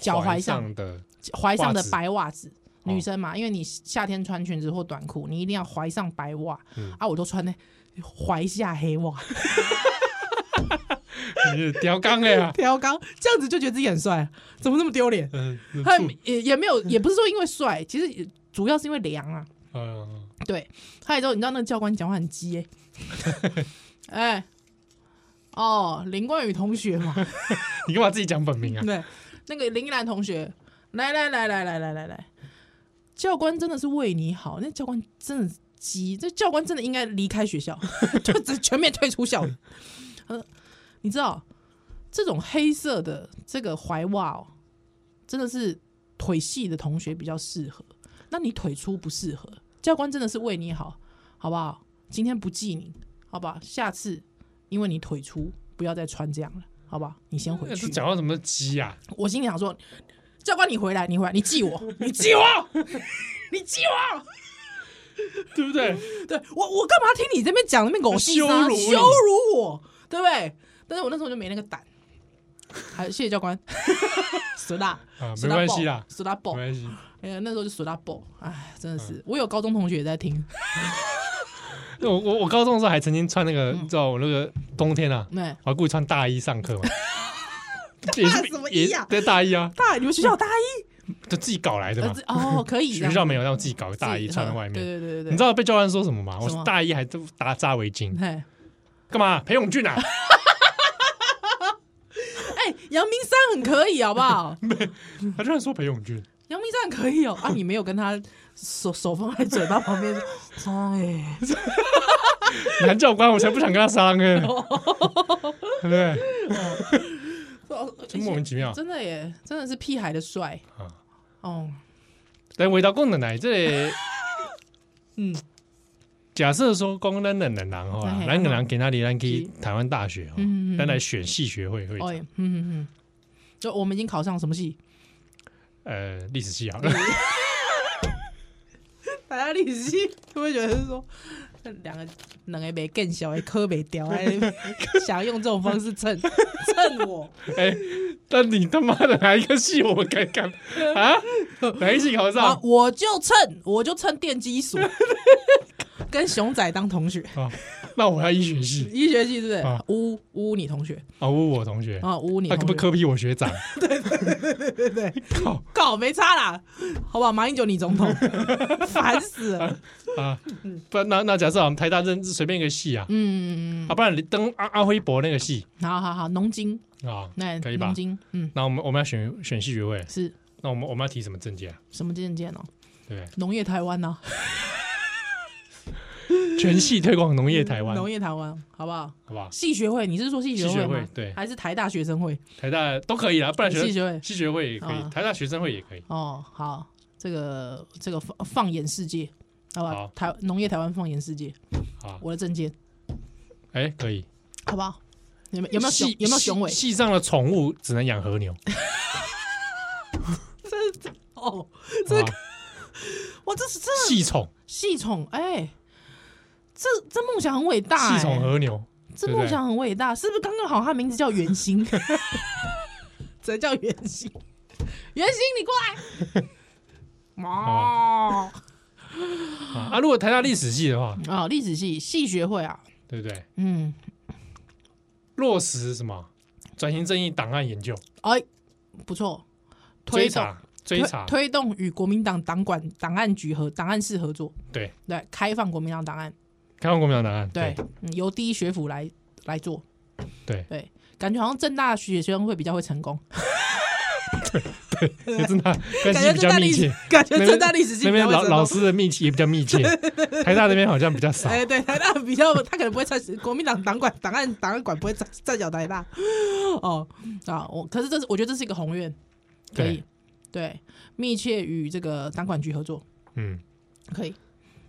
Speaker 3: 脚踝上
Speaker 2: 上的
Speaker 3: 踝上的
Speaker 2: 袜子
Speaker 3: 白袜子。
Speaker 2: 哦
Speaker 3: 女生嘛，因为你夏天穿裙子或短裤，你一定要踝上白袜、
Speaker 2: 嗯
Speaker 3: 啊！我都穿那踝下黑袜，
Speaker 2: 你是雕钢哎 呀，
Speaker 3: 挑高，这样子就觉得自己很帅，怎么那么丢脸？
Speaker 2: 嗯，
Speaker 3: 很也也没有，也不是说因为帅，其实也主要是因为凉啊。
Speaker 2: 嗯，
Speaker 3: 对，还有之后你知道那个教官讲话很鸡耶、哎、哦，林冠宇同学嘛，
Speaker 2: 你干嘛自己讲本名啊？
Speaker 3: 对，那个林依兰同学，来来来来来来来来，教官真的是为你好，那教官真的是鸡，这教官真的应该离开学校， 就只全面退出校园。呃，你知道这种黑色的这个踝袜哦，真的是腿细的同学比较适合，那你腿粗不适合。教官真的是为你好，好不好？今天不记你，好不好？下次因为你腿粗，不要再穿这样了，好不好？你先回
Speaker 2: 那
Speaker 3: 去
Speaker 2: 哎是。讲到什么鸡啊？
Speaker 3: 我心里想说，教官你回来，你回来，你 记我，你记我， 你记我，
Speaker 2: 对不对？
Speaker 3: 对我我干嘛听你这边讲那边狗屁
Speaker 2: 羞
Speaker 3: 呢
Speaker 2: 辱你
Speaker 3: 羞辱我，对不对？但是我那时候就没那个胆。还谢谢教 官，死啦
Speaker 2: 啊，
Speaker 3: 死
Speaker 2: 没
Speaker 3: 啦
Speaker 2: 关
Speaker 3: 爆
Speaker 2: 系啦，
Speaker 3: 死啦
Speaker 2: 没
Speaker 3: 爆！
Speaker 2: 关系。嗯
Speaker 3: 哎呀，那时候就死啦爆，哎，真的是，我有高中同学也在听，
Speaker 2: 我我我高中的时候还曾经穿那个，你知道我那个冬天啊，
Speaker 3: 对，
Speaker 2: 我还故意穿大衣上课嘛。也是
Speaker 3: 什么
Speaker 2: 也
Speaker 3: 衣啊
Speaker 2: 对大衣啊，
Speaker 3: 大你们学校有大一，
Speaker 2: 就自己搞来的
Speaker 3: 呃
Speaker 2: 嘛
Speaker 3: 这。哦，可以这
Speaker 2: 学
Speaker 3: 样
Speaker 2: 校没有，让我自己搞个大衣
Speaker 3: 自己嗯
Speaker 2: 穿在外
Speaker 3: 对
Speaker 2: 面。
Speaker 3: 对对对对，
Speaker 2: 你知道被教官说什么吗？我
Speaker 3: 什么
Speaker 2: 大一还都打扎围巾，
Speaker 3: 嘿？
Speaker 2: 干嘛？裴勇俊啊？
Speaker 3: 哎，阳明山很可以，好不好？
Speaker 2: 他居然说裴勇俊，
Speaker 3: 杨幂站可以哦， 啊，你没有跟他手手放在嘴巴旁边说，哎，
Speaker 2: 男教官，我才不想跟他商量， 对不对？
Speaker 3: 就
Speaker 2: 真莫名其妙
Speaker 3: 哦真的耶，真的是屁孩的帅
Speaker 2: 啊
Speaker 3: 哦，
Speaker 2: 但回到共的来，这里，
Speaker 3: 嗯，
Speaker 2: 假设说光咱两个人吼，
Speaker 3: 嘿
Speaker 2: 咱两个人给他离咱去台湾大学吼哦
Speaker 3: 嗯嗯，嗯
Speaker 2: 咱来选系学会会
Speaker 3: 哦，
Speaker 2: 长，
Speaker 3: 嗯嗯嗯，就我们已经考上什么系？
Speaker 2: 呃，历史系好了，
Speaker 3: 大家历史系会不会觉得是说，两个两个没更小，还磕没掉， 还想要用这种方式蹭蹭我？
Speaker 2: 哎，但你他妈的哪一个系我们敢干啊？ 哪一系考
Speaker 3: 啊
Speaker 2: 上，？
Speaker 3: 我就蹭，我就蹭电机所，跟熊仔当同学。
Speaker 2: 啊，那我要医学系
Speaker 3: 医学系是不是
Speaker 2: 啊？
Speaker 3: 污污你同学
Speaker 2: 啊，我我同学，
Speaker 3: 啊，污你
Speaker 2: 他可
Speaker 3: 同
Speaker 2: 不
Speaker 3: 学，
Speaker 2: 可比我学 长？
Speaker 3: 对对，
Speaker 2: 靠
Speaker 3: 搞没差啦，好不好？马英九你总统， 烦死了。
Speaker 2: 啊！不然那那假设啊我们台大认随便一个系啊，
Speaker 3: 嗯，
Speaker 2: 啊，不然你登阿阿辉伯那个系
Speaker 3: 好好好，农经
Speaker 2: 啊
Speaker 3: 那，
Speaker 2: 可以吧
Speaker 3: 农？经，嗯，
Speaker 2: 那我们我们要选选系学会，
Speaker 3: 是
Speaker 2: 那我们我们要提什么证件啊？
Speaker 3: 什么证件哦？
Speaker 2: 对不
Speaker 3: 农业台湾啊呐，
Speaker 2: 对？全系推广农业台湾，
Speaker 3: 嗯农业台湾，好不好？
Speaker 2: 好不好？
Speaker 3: 系学会，你是说系学
Speaker 2: 系学
Speaker 3: 吗
Speaker 2: 会？对
Speaker 3: 还是台大学生会？
Speaker 2: 台大都可以啦，不然学
Speaker 3: 系学会
Speaker 2: 系学会也可以
Speaker 3: 啊，
Speaker 2: 台大学生会也可以。
Speaker 3: 哦，好，这个这个放放眼世界，好吧？
Speaker 2: 好
Speaker 3: 台农业台湾放眼世界，
Speaker 2: 好，
Speaker 3: 我的证件，
Speaker 2: 哎，可以。
Speaker 3: 好不好？有没有有没有熊
Speaker 2: 系
Speaker 3: 有没有雄伟？
Speaker 2: 系系上的宠物只能养 和牛，
Speaker 3: 哦，
Speaker 2: 这
Speaker 3: 哇，这是这
Speaker 2: 系宠
Speaker 3: 系统，哎、这这梦想很伟大、
Speaker 2: 系
Speaker 3: 哎
Speaker 2: 宠和牛，
Speaker 3: 这
Speaker 2: 对不
Speaker 3: 梦
Speaker 2: 对
Speaker 3: 想很伟大，是不是刚刚好？他名字叫袁 心，谁叫袁心？袁心，你过来。 哦哎
Speaker 2: 啊，啊如果台大历史系的话，
Speaker 3: 啊，历史系系学会啊，
Speaker 2: 对不对？
Speaker 3: 嗯，
Speaker 2: 落实什么转型正义档案研究，
Speaker 3: 哎，不错，
Speaker 2: 追
Speaker 3: 推动
Speaker 2: 查追查，
Speaker 3: 推推动与国民党党管档案局和档案室合作，
Speaker 2: 对，
Speaker 3: 对，开放国民党档案，
Speaker 2: 开放国民党档案，
Speaker 3: 对
Speaker 2: 对，
Speaker 3: 嗯由第一学府来来做，
Speaker 2: 对
Speaker 3: 对，感觉好像正大学生会比较会成功，
Speaker 2: 对， 真的关
Speaker 3: 感觉
Speaker 2: 系比
Speaker 3: 正
Speaker 2: 较
Speaker 3: 大
Speaker 2: 密
Speaker 3: 历史
Speaker 2: 切。，
Speaker 3: 感觉
Speaker 2: 那边
Speaker 3: 正大历史系
Speaker 2: 那
Speaker 3: 比
Speaker 2: 边
Speaker 3: 较会
Speaker 2: 老
Speaker 3: 成功
Speaker 2: 老师的密切也比较密 切，台大那边好像比较少。
Speaker 3: 哎，对，台大比较，他可能不会参国民党党管档案档案馆不会站站脚台大。哦，啊，我可是这是我觉得这是一个宏愿，可以，对，密切与这个党管局合作，
Speaker 2: 嗯，
Speaker 3: 可以，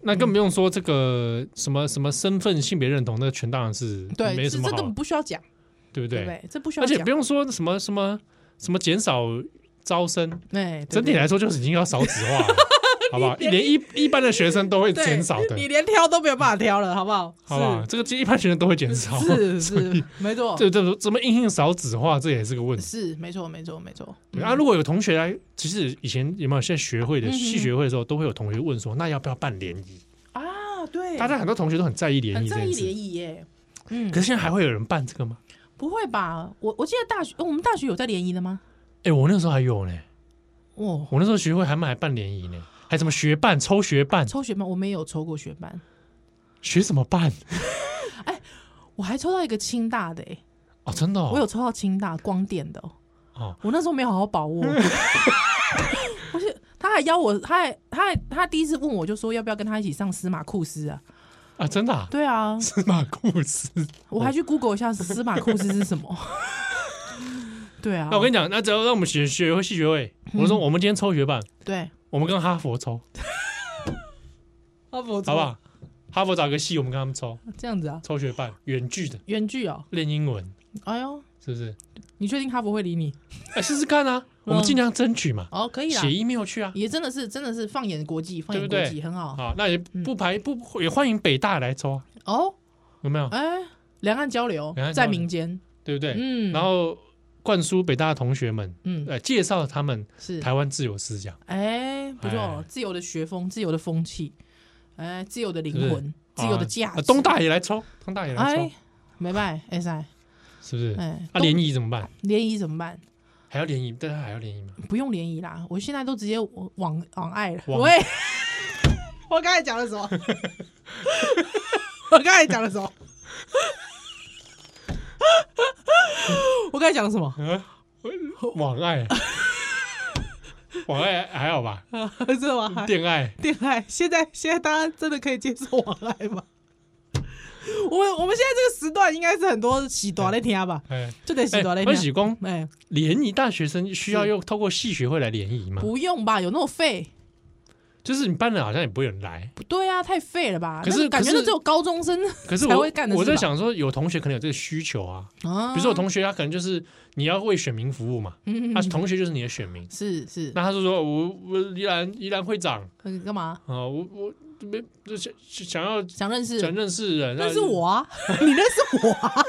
Speaker 2: 那更不用说这个什么什么身份性别认同，那全当然是
Speaker 3: 对，
Speaker 2: 没
Speaker 3: 这
Speaker 2: 什么
Speaker 3: 这根
Speaker 2: 好
Speaker 3: 本，不需要讲，
Speaker 2: 对不对
Speaker 3: 对不？对？这不需要
Speaker 2: 而且
Speaker 3: 讲
Speaker 2: 不，用说什么什么什么减少招生，
Speaker 3: 哎，对
Speaker 2: 整体
Speaker 3: 对
Speaker 2: 来说就是已经要少子化 了，好不好？连一一般的学生都会
Speaker 3: 对
Speaker 2: 减少的，
Speaker 3: 你连挑都没有办法挑了，好不好？
Speaker 2: 好不好？这个一般学生都会减少，
Speaker 3: 是是是，没错，
Speaker 2: 这这怎么硬性少子化，这也是个问题。
Speaker 3: 是没错没错没错，
Speaker 2: 对啊，如果有同学来，其实以前有没有现在学会
Speaker 3: 嗯
Speaker 2: 的系学会的时候，都会有同学问说，那要不要办联谊？
Speaker 3: 啊，对，
Speaker 2: 大家很多同学都很在意联
Speaker 3: 很
Speaker 2: 谊这
Speaker 3: 在
Speaker 2: 件
Speaker 3: 意
Speaker 2: 事，
Speaker 3: 联谊耶，嗯
Speaker 2: 可，是现在还会有人办这个吗？
Speaker 3: 不会吧？我我记得大学，哦我们大学有在联谊的吗？
Speaker 2: 哎，我那时候还有呢，
Speaker 3: 哦，
Speaker 2: 我那时候学会还蛮还办联谊呢，还什么学办、抽学办、
Speaker 3: 抽学班，我们也有抽过学班，
Speaker 2: 学什么办？
Speaker 3: 我还抽到一个清大的、欸，
Speaker 2: 哦，真的哦，
Speaker 3: 我有抽到清大光电的、哦，
Speaker 2: 哦
Speaker 3: 我那时候没有好好 把握，不是，他还邀我，他还他还他第一次问我就说要不要跟他一起上司马库斯啊？
Speaker 2: 啊，真的啊，
Speaker 3: 对啊，
Speaker 2: 司马库斯。
Speaker 3: 我还去 Google 一下司马库斯是 什么，对啊
Speaker 2: 那，我跟你讲，那只要让我们学学会系学会，
Speaker 3: 嗯
Speaker 2: 我说我们今天抽学办，
Speaker 3: 对，
Speaker 2: 我们跟哈佛 抽，
Speaker 3: 好不
Speaker 2: 好不好？哈佛找个系，我们跟他们抽
Speaker 3: 这样子啊，
Speaker 2: 抽学办，远距的
Speaker 3: 原剧哦，
Speaker 2: 练英文，
Speaker 3: 哎呦，
Speaker 2: 是不 是？
Speaker 3: 你确定哈佛会理你？
Speaker 2: 哎，试试看啊，
Speaker 3: 嗯
Speaker 2: 我们尽量争取嘛，
Speaker 3: 哦，可以啦
Speaker 2: 写，email 去啊。
Speaker 3: 也真的是真的是放眼国际，放
Speaker 2: 对不
Speaker 3: 眼国
Speaker 2: 对
Speaker 3: 际很好
Speaker 2: 好，那也
Speaker 3: 嗯
Speaker 2: 不排不也欢迎北大来抽啊，
Speaker 3: 哦，
Speaker 2: 有没有？
Speaker 3: 哎，两岸交流
Speaker 2: 两岸交
Speaker 3: 在
Speaker 2: 流
Speaker 3: 民间，
Speaker 2: 对不对？
Speaker 3: 嗯，
Speaker 2: 然后灌输北大的同学们，
Speaker 3: 嗯
Speaker 2: 呃，介绍他们
Speaker 3: 是
Speaker 2: 台湾自由思想，
Speaker 3: 哎，不错
Speaker 2: 哎，
Speaker 3: 自由的学风，自由的风气，哎，自由的灵
Speaker 2: 是不
Speaker 3: 魂，自由的价
Speaker 2: 啊
Speaker 3: 值。
Speaker 2: 啊东大也来抽，东大也来抽
Speaker 3: 哎，，没办法，哎塞，
Speaker 2: 是不是？
Speaker 3: 哎，
Speaker 2: 啊，联谊怎么办？
Speaker 3: 东联谊怎么办？
Speaker 2: 还要联谊，但他还要联 谊吗？
Speaker 3: 不用联谊啦，我现在都直接网网爱了。
Speaker 2: 网
Speaker 3: 喂，我刚才讲了什么？ 我刚才讲了 什么？我刚才讲了什么？
Speaker 2: 网爱，网爱还好吧？
Speaker 3: 真的吗？
Speaker 2: 恋爱
Speaker 3: 恋爱，现在现在大家真的可以接受网爱吗？ 我们我们现在这个时段应该是很多喜多在听吧，
Speaker 2: 哎，
Speaker 3: 就得喜多在
Speaker 2: 哎
Speaker 3: 听
Speaker 2: 欢。喜光
Speaker 3: 哎，
Speaker 2: 联谊大学生需要用透过系学会来联谊吗？
Speaker 3: 不用吧，有那么废？
Speaker 2: 就是你班人好像也不会有人来，
Speaker 3: 不对啊，太废了吧？
Speaker 2: 可是
Speaker 3: 那个感觉
Speaker 2: 可是
Speaker 3: 那只有高中生
Speaker 2: 可是
Speaker 3: 才
Speaker 2: 我
Speaker 3: 会干的
Speaker 2: 我
Speaker 3: 事吧
Speaker 2: 在想说，有同学可能有这个需求啊，
Speaker 3: 啊，
Speaker 2: 比如说我同学他可能就是你要为选民服务嘛，
Speaker 3: 嗯，嗯
Speaker 2: 他
Speaker 3: 嗯
Speaker 2: 同学就是你的选民，
Speaker 3: 是是，
Speaker 2: 那他就说哦我我宜兰宜兰会长
Speaker 3: 呃干嘛？
Speaker 2: 啊，我我没就想想要
Speaker 3: 想认识？
Speaker 2: 想认识人，
Speaker 3: 认识
Speaker 2: 那
Speaker 3: 我啊？ 你认识我啊？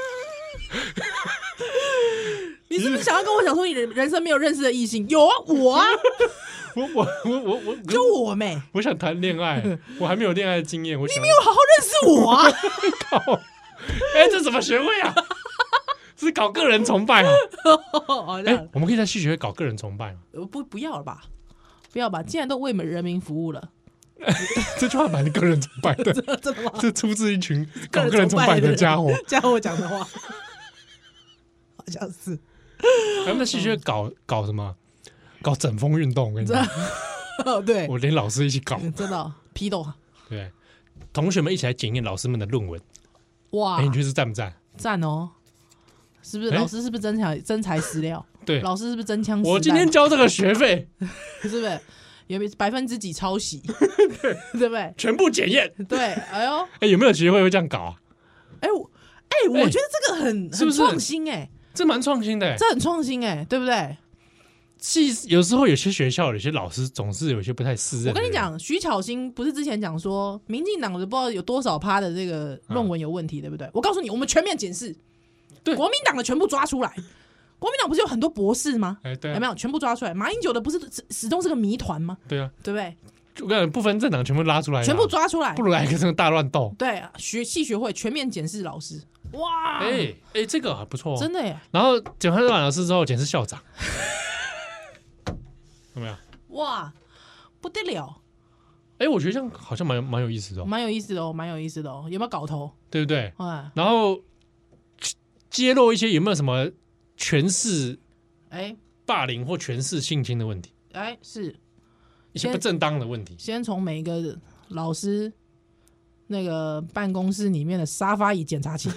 Speaker 3: 你是不是想要跟我讲说你人人生没有认识的异性？有啊，我啊，
Speaker 2: 我我我我我
Speaker 3: 就我没， 你
Speaker 2: 我想谈恋 爱，我还没有恋爱的经验，我想
Speaker 3: 有好好认识我 啊？
Speaker 2: 靠， 哎，这怎么学会啊？ 是搞个人崇 拜啊？
Speaker 3: 哦，这
Speaker 2: 哎
Speaker 3: 样，
Speaker 2: 我们可以在戏学会搞个人崇拜吗？
Speaker 3: 呃不不要了吧，不要吧，既然都为人民服务了，
Speaker 2: 这句话蛮个人崇拜的，
Speaker 3: 真的吗？
Speaker 2: 这出自一群搞个
Speaker 3: 个
Speaker 2: 人
Speaker 3: 人
Speaker 2: 崇
Speaker 3: 崇
Speaker 2: 拜
Speaker 3: 拜的
Speaker 2: 的
Speaker 3: 人
Speaker 2: 家伙。
Speaker 3: 家伙讲的话，好像是
Speaker 2: 他们在戏学会搞搞什么？搞整风运动，我跟你讲，
Speaker 3: 哦，对，
Speaker 2: 我连老师一起搞，
Speaker 3: 嗯真的哦批斗啊
Speaker 2: 对，同学们一起来检验老师们的论文。
Speaker 3: 哇
Speaker 2: 哎，，你觉得是赞不赞？
Speaker 3: 赞哦！是不是
Speaker 2: 哎
Speaker 3: 老师是不是真材真材实料？
Speaker 2: 对，
Speaker 3: 老师是不是真枪实弹？
Speaker 2: 我今天交这个学费
Speaker 3: 是不是有没有百分之几 抄袭？对不对？
Speaker 2: 全部检验，
Speaker 3: 对，哎呦，
Speaker 2: 哎，有没有学会会这样搞啊？
Speaker 3: 哎我哎，
Speaker 2: 哎
Speaker 3: 我觉得这个很
Speaker 2: 是不
Speaker 3: 很
Speaker 2: 是
Speaker 3: 创新哎，
Speaker 2: 这蛮创新的欸。
Speaker 3: 这很创新哎，对不对？
Speaker 2: 其实有时候有些学校有些老师总是有些不太适任。
Speaker 3: 我跟你，讲，徐巧芯不是之前讲说，民进党我都不知道有多少趴的这个
Speaker 2: 嗯
Speaker 3: 论文有问题，对不对？我告诉你，我们全面检视，
Speaker 2: 对
Speaker 3: 国民党的全部抓出来。国民党不是有很多博士吗？
Speaker 2: 哎，对
Speaker 3: 有没
Speaker 2: 啊，
Speaker 3: 有全部抓出来？马英九的不是始始终是个谜团吗？
Speaker 2: 对啊，
Speaker 3: 对不对？
Speaker 2: 我跟你讲，不分政党全部拉出来，啊
Speaker 3: 全部，抓出来
Speaker 2: 不，如来个这个大乱斗。
Speaker 3: 对，学系学会全面检视老师，哇，
Speaker 2: 哎哎，这个还不错哦，
Speaker 3: 啊真的耶，
Speaker 2: 然后检完老师之后，检视校长， 有没有？
Speaker 3: 哇，不得了，
Speaker 2: 哎，我觉得这样好像蛮蛮有意思的哦，
Speaker 3: 蛮有意思的哦，蛮有意思的哦，有没有搞头？
Speaker 2: 对不对？
Speaker 3: 哎
Speaker 2: 然后揭露一些有没有什么权势
Speaker 3: 哎
Speaker 2: 霸凌或权势性侵的问题，
Speaker 3: 哎，是
Speaker 2: 一些不正当的问题。
Speaker 3: 先从每一个老师那个办公室里面的沙发椅检 查起，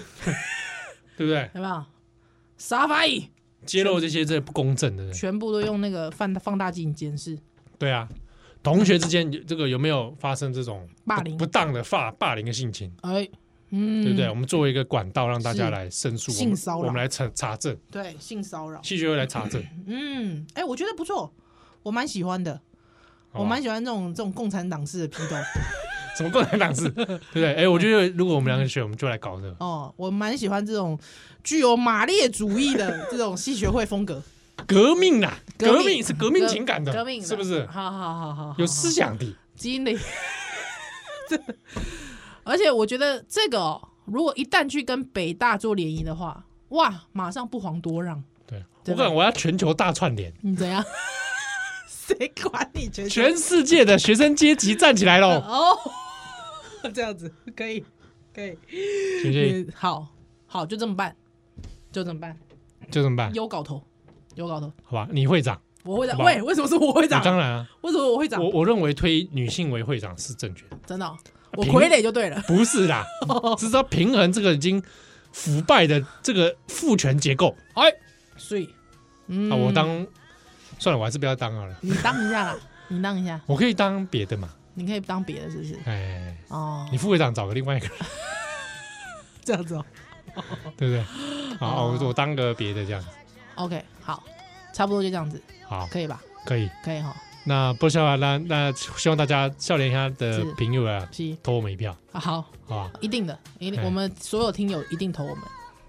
Speaker 2: 对不对？
Speaker 3: 有没有？沙发椅
Speaker 2: 揭露这些这不公正的人，
Speaker 3: 全部都用那个放放大镜监视，
Speaker 2: 对啊，同学之间有这个有没有发生这种
Speaker 3: 霸凌
Speaker 2: 不不当的霸霸凌的性侵，
Speaker 3: 哎，嗯，
Speaker 2: 对不对？我们作为一个管道，让大家
Speaker 3: 是
Speaker 2: 来申诉，
Speaker 3: 性骚
Speaker 2: 我
Speaker 3: 扰
Speaker 2: 们我们来查查证，
Speaker 3: 对性骚扰，
Speaker 2: 戏学会来查证，
Speaker 3: 嗯，哎，我觉得不错，我蛮喜欢的，
Speaker 2: 好吧
Speaker 3: 我蛮喜欢这种这种共产党式的批斗。
Speaker 2: 什么共产党是，对不对？哎，我觉得如果我们两个选，我们就来搞这个，
Speaker 3: 哦，我蛮喜欢这种具有马列主义的这种戏学会风格，
Speaker 2: 革命啊，革
Speaker 3: 革命嗯
Speaker 2: 命是革命情感的，
Speaker 3: 革命 的
Speaker 2: 是不是？
Speaker 3: 好好好好好，
Speaker 2: 有思想的，
Speaker 3: 基因的，真的。而且我觉得这个、哦，如果一旦去跟北大做联谊的话，哇，马上不遑多让。
Speaker 2: 对。我
Speaker 3: 对吧
Speaker 2: 感我要全球大串联，
Speaker 3: 你怎样？ 谁管你全
Speaker 2: 全世界的学生阶级站起来 喽！
Speaker 3: 哦，这样子可以可以，
Speaker 2: 行不行？
Speaker 3: 嗯好好就这么办，就这么办，
Speaker 2: 就这么办，
Speaker 3: 有搞头，有搞头。
Speaker 2: 好吧？你会长，
Speaker 3: 我会长，
Speaker 2: 哎好吧
Speaker 3: 喂，为什么是我会
Speaker 2: 我
Speaker 3: 长？
Speaker 2: 当然啊，
Speaker 3: 为什么我会长
Speaker 2: 我？啊我认为推女性为会长是正确的。
Speaker 3: 真的哦、我
Speaker 2: 平
Speaker 3: 傀儡就对了。
Speaker 2: 不是 啦，只是要平衡这个已经腐败的这个父权结构。哎，
Speaker 3: 所以，嗯
Speaker 2: 啊，我当算了，我还是不要当好了，
Speaker 3: 你当一下啦，你当一下，
Speaker 2: 我可以当别的嘛。
Speaker 3: 你可以当别的，是不是？
Speaker 2: 哎，
Speaker 3: 哦
Speaker 2: 你，副会长找个另外一个人，
Speaker 3: 这样子哦。
Speaker 2: 对不 对？好，
Speaker 3: 哦
Speaker 2: 我我当个别的这样子。
Speaker 3: OK，好，差不多就这样子，
Speaker 2: 好，
Speaker 3: 可以吧？
Speaker 2: 可以。
Speaker 3: 可以哈，
Speaker 2: 那不笑啊，那那希望大家笑脸下的
Speaker 3: 是
Speaker 2: 朋友啊，
Speaker 3: 是
Speaker 2: 投我们一票，
Speaker 3: 啊，好，
Speaker 2: 好吧？
Speaker 3: 一定的，一定，
Speaker 2: 哎
Speaker 3: 我们所有听友一定投我们，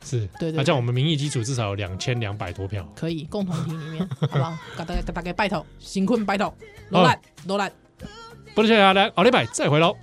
Speaker 2: 是，
Speaker 3: 对对
Speaker 2: 那
Speaker 3: 对
Speaker 2: 这样我们民意基础至少有两千两百多票。
Speaker 3: 可以共同体里 面，好不好？给哦大家给大家拜托，辛苦拜托，罗兰，罗兰。
Speaker 2: 不笑啊，来，奥利拜，再回喽。